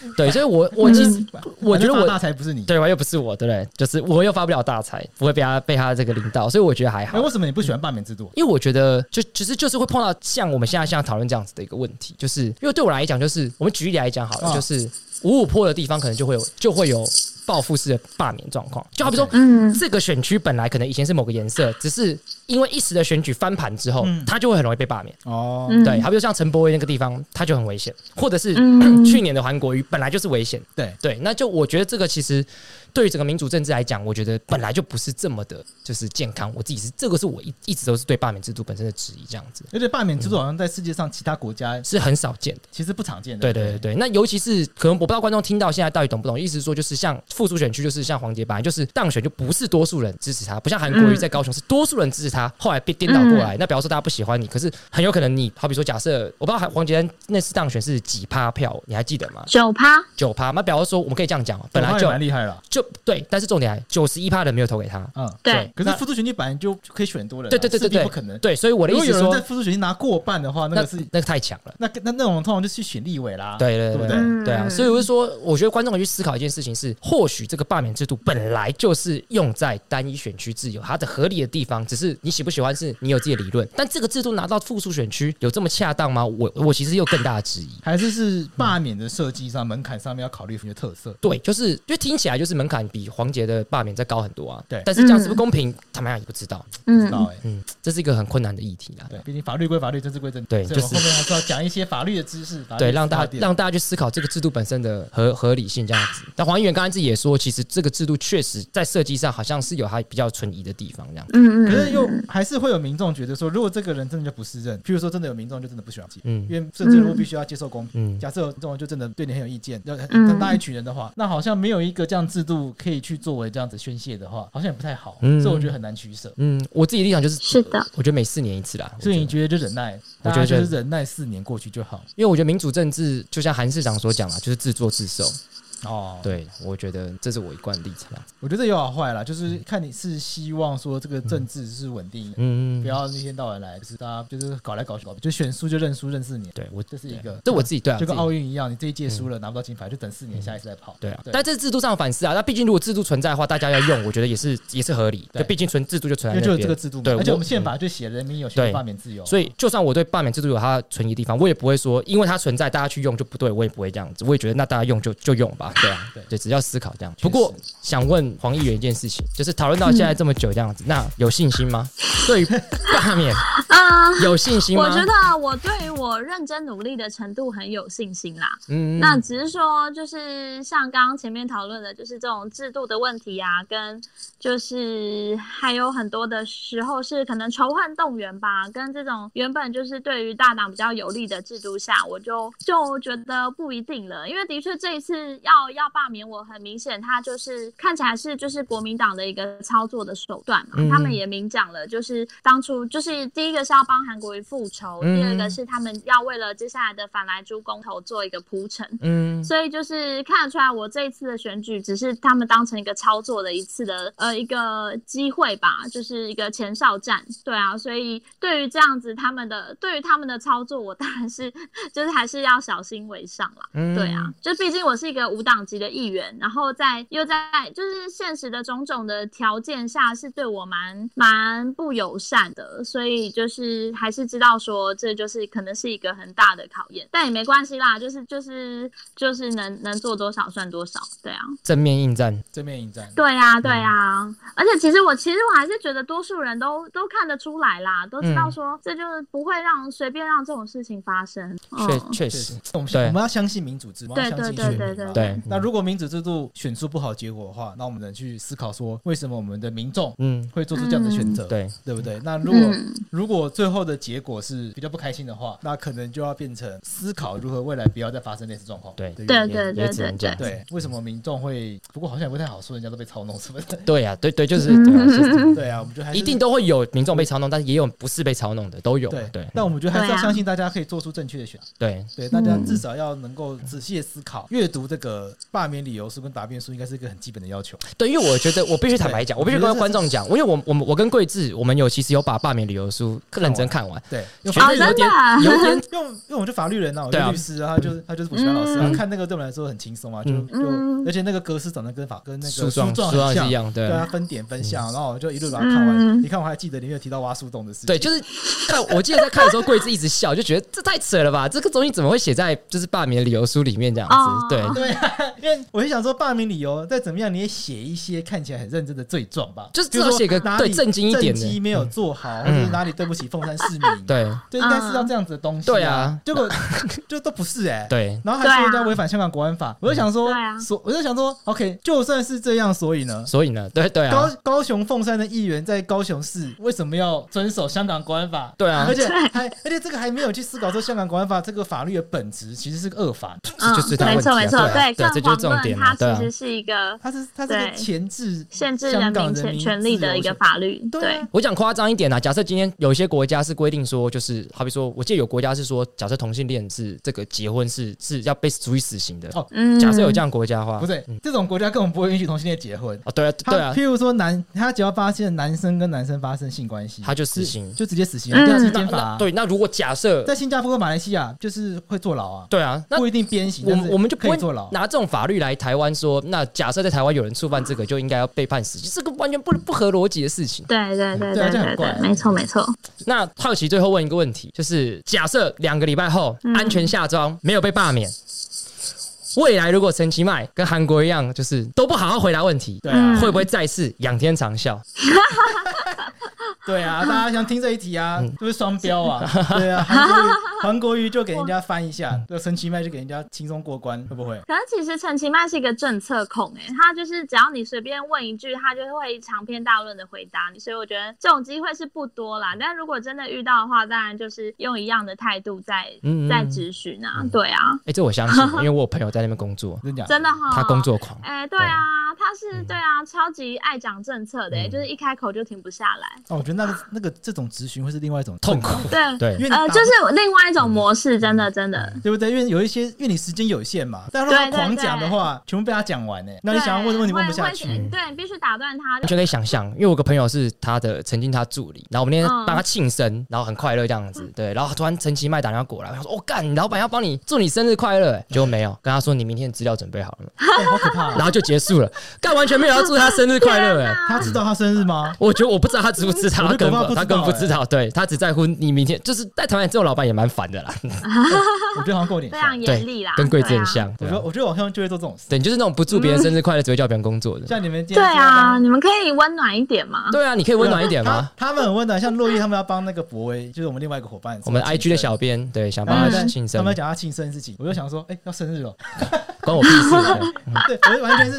A: 对，所以我我其实、我觉得
C: 嗯反正发
A: 我
C: 大才不是你。
A: 对吧，又不是我，对不对？就是我又发不了大财，不会被他被他这个领导，所以我觉得还好
C: 哎，。为什么你不喜欢罢免制度？
A: 因为我觉得就其实就是会碰到像我们现在像讨论这样子的一个问题，就是因为对我来讲，就是我们举例来讲好了，
C: 啊
A: 就是五五坡的地方可能就会有就会有报复式的罢免状况，就好比说。
B: 嗯
A: 这个选区本来可能以前是某个颜色，只是因为一时的选举翻盘之后，
C: 嗯
A: 他就会很容易被罢免。
D: 哦，
B: 嗯
A: 对，好比如像陈柏威那个地方，他就很危险，或者是、
B: 嗯
A: 去年的韩国瑜本来就是危险。
C: 对
A: 对，那就我觉得这个其实对于整个民主政治来讲，我觉得本来就不是这么的，就是健康。我自己是这个是我一一直都是对罢免制度本身的质疑，这样子
C: 而且罢免制度好像在世界上其他国家
A: 是很少见的。
C: 其实不常见的。
A: 对对对对，那尤其是可能我不知道观众听到现在到底懂不懂，意思是说就是像复苏选区，就是像黄杰本来就是当选就不是多数人支持他，不像韩国瑜
B: 嗯
A: 在高雄是多数人支持他，后来被颠倒过
C: 嗯
A: 来。那比方说大家不喜欢你，可是很有可能你好比说假设我不知道黄杰那次当选是几趴票，你还记得吗？
B: 九趴，
A: 九趴。那比方说我们可以这样讲，本
C: 本
A: 来
C: 来
A: 就
C: 就蛮厉害了。
A: 就对，但是重点来九十一趴人没有投给他。
C: 嗯，
B: 对，
C: 可
A: 那
C: 是复读选举本来就可以选很多人啊，
A: 对对对对
C: 势必
A: 对，
C: 不可能。
A: 对，所以我的
C: 如
A: 意
C: 果
A: 思是
C: 有人
A: 说
C: 在，复读选举拿过半的话，那
A: 那
C: 个是
A: 那个太强了。
C: 那那那种通常就去选立委啦。
A: 对对
C: 对不
A: 对
C: 对
A: 对。
B: 嗯，
A: 对啊，所以我是说，我觉得观众可以去思考一件事情是，或许这个罢免制度本来就是用在单一选区自由它的合理的地方，只是你喜不喜欢是你有自己的理论，但这个制度拿到复数选区有这么恰当吗？我我其实有更大的质疑。
C: 还是是罢免的设计上门槛上面要考虑你的特色。
A: 对，就是因为听起来就是门槛比黄杰的罢免再高很多啊。
C: 对
A: 但是这样是不是公平？他们俩也不知道。
C: 知
B: 嗯，
C: 道哎，
A: 嗯，这是一个很困难的议题啊。
C: 对，毕竟法律归法律，政治归政治。
A: 对
C: 所以
A: 就
C: 我
A: 是
C: 们后面还是要讲一些法律的知识。法律
A: 对，
C: 的
A: 让大
C: 知识
A: 家
C: 点
A: 让大家去思考这个制度本身的合合理性这 样子。但黄议员刚才自己也说，其实这个制度确实在设计上好像是有它比较存疑的地方，这样。
B: 嗯嗯，
C: 可是又
B: 嗯
C: 还是会有民众觉得说，如果这个人真的就不是人，譬如说真的有民众就真的不喜欢接，
A: 嗯
C: 因为甚至如果必须要接受公平。
A: 嗯，
C: 假设有这种就真的对你很有意见，要
B: 嗯
C: 很大一群人的话，那好像没有一个这样制度可以去作为这样子宣泄的话，好像也不太好，
A: 嗯
C: 所以我觉得很难取舍。
A: 嗯，我自己的立场就是，
B: 是的，
A: 我觉得每四年一次啦。
C: 所以
A: 我
C: 你
A: 觉得
C: 觉得就忍耐，
A: 我
C: 大
A: 觉
C: 家
A: 得
C: 就是忍耐四年过去就好。
A: 因为我觉得民主政治就像韩市长所讲啦，就是自作自受。
C: 哦，
A: 对，我觉得这是我一贯的立场。
C: 我觉得有好坏啦，就是看你是希望说这个政治是稳定的，
A: 嗯，
C: 不要一天到晚来，就是大家就是搞来搞去，搞去就选输就认输认四年，
A: 对我，
C: 这是一个
A: 这我自己对啊，
C: 就跟
A: 自己嗯
C: 奥运一样，你这一届输了拿不到金牌，就等四年下一次再跑。
A: 对啊，但这是制度上的反思啊。那毕竟如果制度存在的话，大家要用，我觉得也是也是合理。
C: 对
A: 就毕竟存制度就存
C: 因
A: 在那
C: 为就有
A: 边。
C: 这个制度嘛
A: 对，
C: 而且我
A: 我
C: 们宪法就写人民有选择
A: 对
C: 罢免自由，
B: 哦
A: 所以，就算我对罢免制度有它存疑的地方，我也不会说，因为它存在，大家去用就不对，我也不会这样子。我也觉得，那大家用就就用 吧，对啊，
C: 对
A: 对，只要思考这样。
C: 确实
A: 不过，想问黄议员一件事情，就是讨论到现在这么久这样子，那有信心 吗？对于罢免
B: 啊。
A: 有信心吗？
B: 我觉得啊我对于我认真努力的程度很有信心啦。
A: 嗯，
B: 那只是说，就是像刚刚前面讨论的，就是这种制度的问题啊，跟就是还有很多的时候是可能仇恨动员吧，跟这种原本就是对于大党比较有利的制度下，我就就觉得不一定了，因为的确这一次要要罢免我，很明显他就是看起来是就是国民党的一个操作的手段嘛，
A: 嗯
B: 他们也明讲了，就是当初就是第一个是要帮韩国瑜复仇，
A: 嗯
B: 第二个是他们要为了接下来的反莱猪公投做一个铺陈。
A: 嗯，
B: 所以就是看得出来，我这一次的选举只是他们当成一个操作的一次的呃一个机会吧，就是一个前哨战。对啊，所以对于这样子他们的对于他们的操作，我当然是 就是还是要小心为上啦。
A: 嗯
B: 对啊，，就毕竟我是一个无党籍的议员，然后在又在就是现实的种种的条件下，是对我蛮蛮不友善的，所以就是还是知道说这就是可能是一个很大的考验，但也没关系啦，就是就是就是能能做多少算多少，对啊。嗯
A: 正面应战，
C: 正面迎战。
B: 对呀、对呀、而且其实我其实我还是觉得多数人都都看得出来啦，都知道
A: 嗯
B: 说、这就是不会让随便让这种事情发生。嗯
A: 确确
C: 确
A: 实
C: 实，，我们
A: 对
C: 我们要相信民主制度，我
B: 对
C: 们要
B: 对
C: 相信
B: 对
C: 选
B: 对
C: 民
B: 对
C: 嘛。
A: 对，
C: 那如果民主制度选出不好结果的话，那我们能去思考说，为什么我们的民众
A: 嗯，
C: 会做出这样的选择，
A: 对，
C: 对不对？那如果
B: 嗯，
C: 如果最后的结果是比较不开心的话，那可能就要变成思考如何未来不要再发生类似状况。
A: 对
C: 对
B: 对
C: 原因
B: 对对
A: 也只能
B: 对
A: 这样
B: 对，
C: 对，为什么民众会？不过好像也不太好说人家都被操弄什么 的。
A: 对呀，对对， 就是对啊就是
B: 嗯
C: 对啊，我们就还是
A: 一定都会有民众被操弄，但是也有不是被操弄的，都有，
C: 对
A: 对
C: 但我们觉得还是
B: 对
C: 要
B: 啊
C: 相信大家可以做出正确的选择。
A: 对，
C: 对，大家至少要能够仔细的思考、阅读这个罢免理由书跟答辩书，应该是一个很基本的要求。
A: 对，因为我觉得我必须坦白讲，
C: 对
A: 我必须
C: 我觉
A: 跟
C: 得这
A: 观众讲，因为我我们我跟桂智，我们有其实有把罢免理由书认真看完，
C: 对，用
A: 觉得
B: 哦，
C: 法律人
B: 真
C: 点
B: 的，
C: 有 点用，因为我就法律人啊，我
A: 对
C: 就
A: 啊
C: 律师啊，他就是他就是补习班老师啊，
B: 嗯
C: 看那个对我们来说很轻松啊，就
A: 嗯
C: 就
B: 嗯
C: 而且那个格式长得跟法 跟那个
A: 树
C: 书
A: 状
C: 状
A: 树状
C: 很
A: 是
C: 像
A: 一。样，对
C: 对啊，分点分项，然后我就一路把它看完。
B: 嗯
C: 你看，我还记得里面有提到挖树洞的事情。
A: 对，就是看我记得在看的时候，桂子一直笑，就觉得这太扯了吧，这个东西怎么会写在就是罢免理由书里面这样子？
B: 哦
A: 对，
C: 对啊， 因为我就想说罢免理由再怎么样你也写一些看起来很认真的罪状吧，
A: 就是
C: 比如
A: 至
C: 说
A: 少写个
C: 哪里
A: 对正经一点的
C: 政绩没有做好，或
A: 嗯
C: 者是哪里对不起凤山市民，
B: 嗯
A: 对
C: 就应该是要这样子的东西。
A: 对啊
C: 结果就都不是哎、
A: 对，
C: 然后还说人
B: 对
C: 家
B: 啊
C: 违反香港国安法，我就想说
B: 对，啊
C: 所我就想说，OK，就算是这样，所以呢，
A: 所以呢，对对
C: 高
A: 啊，
C: 高雄凤山的议员在高雄市为什么要遵守香港国安法？
A: 对啊
C: 而且还而且这个还没有去思考说香港国安法这个法律的本质其实是个恶法，
A: 这就是他的
B: 嗯
A: 问
B: 没
A: 题
B: 错
A: 啊
B: 没
A: 对
B: 错，
A: 啊对啊
B: 更
A: 这就是
B: 遑
A: 重点
B: 论
A: 啊
B: 它
A: 对啊
B: 其实是一个
C: 它是它是个
B: 对
C: 前置
B: 限制
C: 香
B: 人
C: 港
B: 民
C: 人
B: 权
C: 民
B: 权利的一
C: 自由
B: 个
C: 权
B: 法律，
C: 对啊
B: 对
A: 我讲夸张一点啦，假设今天有一些国家是规定说，就是好比说，我记得有国家是说，假设同性恋是这个结婚是是要被处以死刑的。
C: 哦
B: 嗯，
A: 假设有这样的国家的话，
C: 不是
A: 嗯
C: 这种国家根本不会允许同性恋结婚。
A: 哦，对啊，
C: 他
A: 对啊，
C: 譬如说男，他只要发现男生跟男生发生性关系，
A: 他就死刑
C: 是就直接死刑，
B: 嗯
C: 这样是
A: 那
C: 监法
A: 那
C: 啊。
A: 对，那如果假设
C: 在新加坡和马来西亚就是会坐牢啊，
A: 对啊，那
C: 不一定鞭刑，
A: 我
C: 但是
A: 们我们就不
C: 可以
A: 会
C: 坐牢。
A: 拿这种法律来台湾说，那假设在台湾有人触犯这个，就应该要被判死刑，这个完全不不合逻辑的事情。
B: 对对对
C: 对啊
B: 对
C: 这很
B: 对
C: 怪
B: 对，没错没错，
A: 那好奇最后问一个问题，就是假设两个礼拜后、
B: 嗯
A: 安全下庄没有被罢免，未来如果陈其迈跟韩国一样，就是都不好好回答问题，
C: 对啊
B: 嗯，
A: 会不会再次仰天长啸？
C: 对
B: 嗯
C: 啊，大家想听这一题啊，
A: 嗯
C: 就是双标 啊，对啊，韩国瑜 韩国瑜就给人家翻一下，
A: 嗯
C: 这神奇麦就给人家轻松过关，会不会？
B: 可是其实陈其迈是一个政策控、欸，他就是只要你随便问一句，他就会长篇大论的回答你，所以我觉得这种机会是不多啦。但如果真的遇到的话，当然就是用一样的态度在
A: 嗯嗯
B: 在
A: 嗯
B: 质询啊，对啊，
A: 哎、这我 相信，因为我有朋友在那边工作，
C: 真假？
B: 真的哈，
A: 他工作 狂。
B: 哎、对啊，他是
C: 嗯
B: 对啊，超级爱讲政策的、欸，就是一开口就停不下来。
C: 哦，我觉得那个那个这种质询会是另外一种
A: 痛苦
B: 对，
A: 对
C: 因为你
B: 呃，
C: 打嗯
B: 就是另外一种模式，真的真的。
C: 对不对？因为有一些，因为你时间有限嘛，但如果他
B: 对对
C: 狂讲的话，全部被他讲完呢。欸那你想要问的问题问不下去
B: 对，会会对，你必须打断他。
A: 完全可以想象，因为我有个朋友是他的曾经他助理，然后我们那天
B: 嗯
A: 帮他庆生，然后很快乐这样子，对，然后突然陈其迈打电话过来，我想说我哦干，你老板要帮你祝你生日快乐，欸结果没有，跟他说你明天资料准备好了吗，
C: 哦 好可怕
A: 然
C: 啊！
A: 后就结束了，干完全没有要祝他生日快乐， 哎，
C: 他知道他生 日吗？
A: 我觉得我不知道他知不知道，
C: 我
A: 他
C: 就
A: 根本
C: 恐怕不知道
A: 他根本不
C: 欸
A: 知道，对他只在乎你明天，就是在台湾这种老板也蛮烦的 啦，
C: 我觉得好像跟我有点
B: 非常
C: 像。
A: 对
B: 严厉啦，，
A: 跟贵正
B: 对啊
A: 像，
C: 我
A: 对
C: 觉
A: 啊
C: 得我觉得我好像就会做这种事，
A: 对，你就是那种不祝别人生日快乐，只会叫别人工作的，
C: 像你们今
B: 对
C: 天
B: 啊，你们可以温暖一点嘛。
A: 对啊，你可以温暖一点吗？
C: 他他们很温暖，像洛伊他们要帮那个博威，就是我们另外一个伙伴，
A: 我们
C: 什么
A: IG 的
C: 庆生
A: 小编对想帮
C: 然后
A: 他
C: 在
A: 庆
C: 他
A: 生
C: 们，在讲他庆生的事情，我就想说，哎、要生日了，
A: 关我屁事啊。
C: 对，我就完全是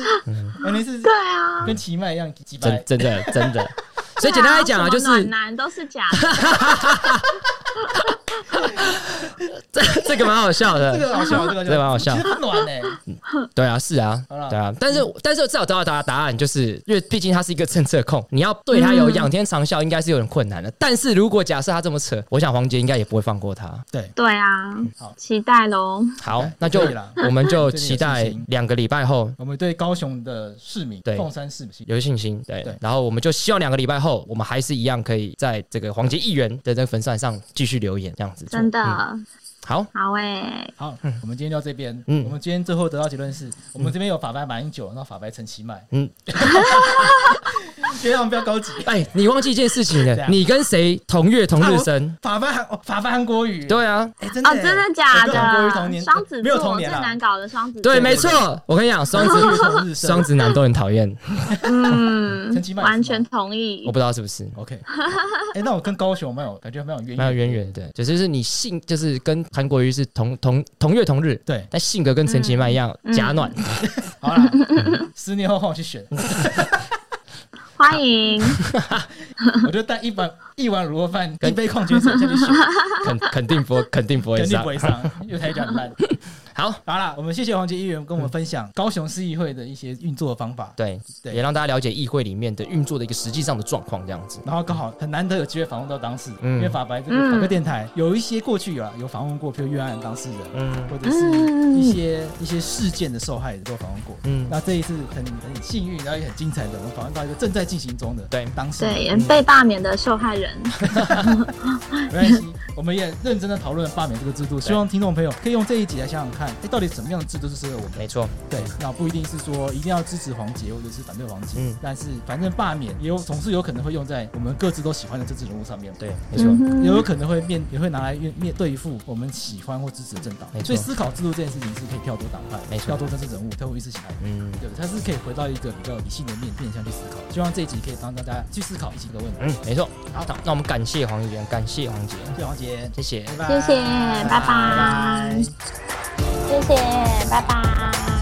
C: 完全是
B: 对啊，
C: 跟奇麦一样几
A: 嗯真真的
C: 百，
A: 真的。所以简单来讲啊，就
B: 对什么
A: 是
B: 暖男都是假的，
A: 这这个蛮好笑
C: 这
A: 的，
C: 个好笑，这 个
A: 这个蛮好笑
C: 其实不暖呢、欸
A: 对啊，是啊，
C: 好啦
A: 对啊。但是但是我至少得到答答案，就是因为毕竟他是一个政策控，你要对他有仰天长啸，应该是有点困难的。但是如果假设他这么扯，我想黄杰应该也不会放过他。
C: 对，
B: 对啊
C: 好，
B: 期待喽。
A: 好
C: OK，，
A: 那就
C: 可以啦
A: 我们就
C: 对你有
A: 期待
C: 信心
A: 两个礼拜后
C: 我们对高雄的市民，
A: 对
C: 凤山市民，
A: 有信心，对，
C: 对
A: 然后我们就希望两个礼拜后，我们还是一样可以在这个黄杰议员的这个粉丝团上继续留言，这样子。
B: 真的
A: 嗯好，
B: 好哎，
C: 好，我们今天就到这边。
A: 嗯
C: 我们今天最后得到结论是，我们这边有法白马英九，然后法白陈其迈。
A: 嗯
C: 嗯，别让我们不要高级。
A: 哎，你忘记一件事情
C: 这
A: 了，
C: 样
A: 你跟谁同月同日生？
C: 法白韩，哦法白韩国语。，
A: 对啊，
C: 哎，真的
B: 哦，
C: 耶，
B: 真的假
C: 我跟韩国瑜同
B: 的？
C: 年，
B: 双子
C: 没有
B: 座
C: 同
B: 最
C: 年
B: 难
C: 啦。
B: 搞的双子座，
A: 对，没错，我跟你讲，双
C: 同
A: 子
C: 月同日生
A: 双子男都很讨厌，
B: 嗯
C: 陈其，迈也是吗
B: 完全同意
A: 我不。知道是不是。
C: OK，哎，那我跟高雄蛮有感觉，蛮有渊源，
A: 蛮有渊源的，就是就是你性就是跟韩国瑜是同同同月同日，
C: 对，
A: 但性格跟陈其迈一样
B: 嗯
A: 假暖。
C: 好啦，十年后换我去选，
B: 欢 迎，
C: 我就带一碗一碗卤肉饭跟一杯矿泉水下去选，
A: 肯肯定不肯定不会
C: 肯定
A: 上
C: 不。会上，因为台语讲 得烂。
A: 好，
C: 好啦，我们谢谢黄杰议员跟我们分享高雄市议会的一些运作方法，
A: 对，
C: 对
A: 也让大家了解议会里面的运作的一个实际上的状况，这样子。
C: 然后刚好很难得有机会访问到当事人，
A: 嗯
C: 因为法白这个法科电台有一些过去有啊有访问过，譬如冤案当事人，
A: 嗯
C: 或者是一些
B: 嗯
C: 一些事件的受害人都访问过。
A: 嗯，
C: 那这一次很很幸运，然后也很精彩的，我们访问到一个正在进行中的
A: 对
C: 当事人，嗯
B: 对，也被罢免的受害人，
C: 没关系，我们也认真的讨论了罢免这个制度，希望听众朋友可以用这一集来想想看，看，哎，到底怎么样的制度是适合我们？
A: 没错，
C: 对，那不一定是说一定要支持黄杰或者是反对黄杰，
A: 嗯
C: 但是反正罢免也有总是有可能会用在我们各自都喜欢的政治人物上面，
A: 对，没错，
B: 嗯哼
C: 也有可能会面也会拿来面面对付我们喜欢或支持的政党
A: 没，错
C: 所以思考制度这件事情是可以跳脱党派，
A: 没错
C: 跳脱政治人物，跳脱意识形态。
A: 嗯
C: 对，它是可以回到一个比较理性的面面向去思考，希望这一集可以帮大家去思考一些个问题。
A: 嗯，没错。
C: 好
A: 好，那我们感谢黄议员，感谢黄杰，
C: 谢谢黄杰，
A: 谢谢。
C: 拜
B: 谢
C: 拜
B: 谢，拜拜，谢谢，拜拜。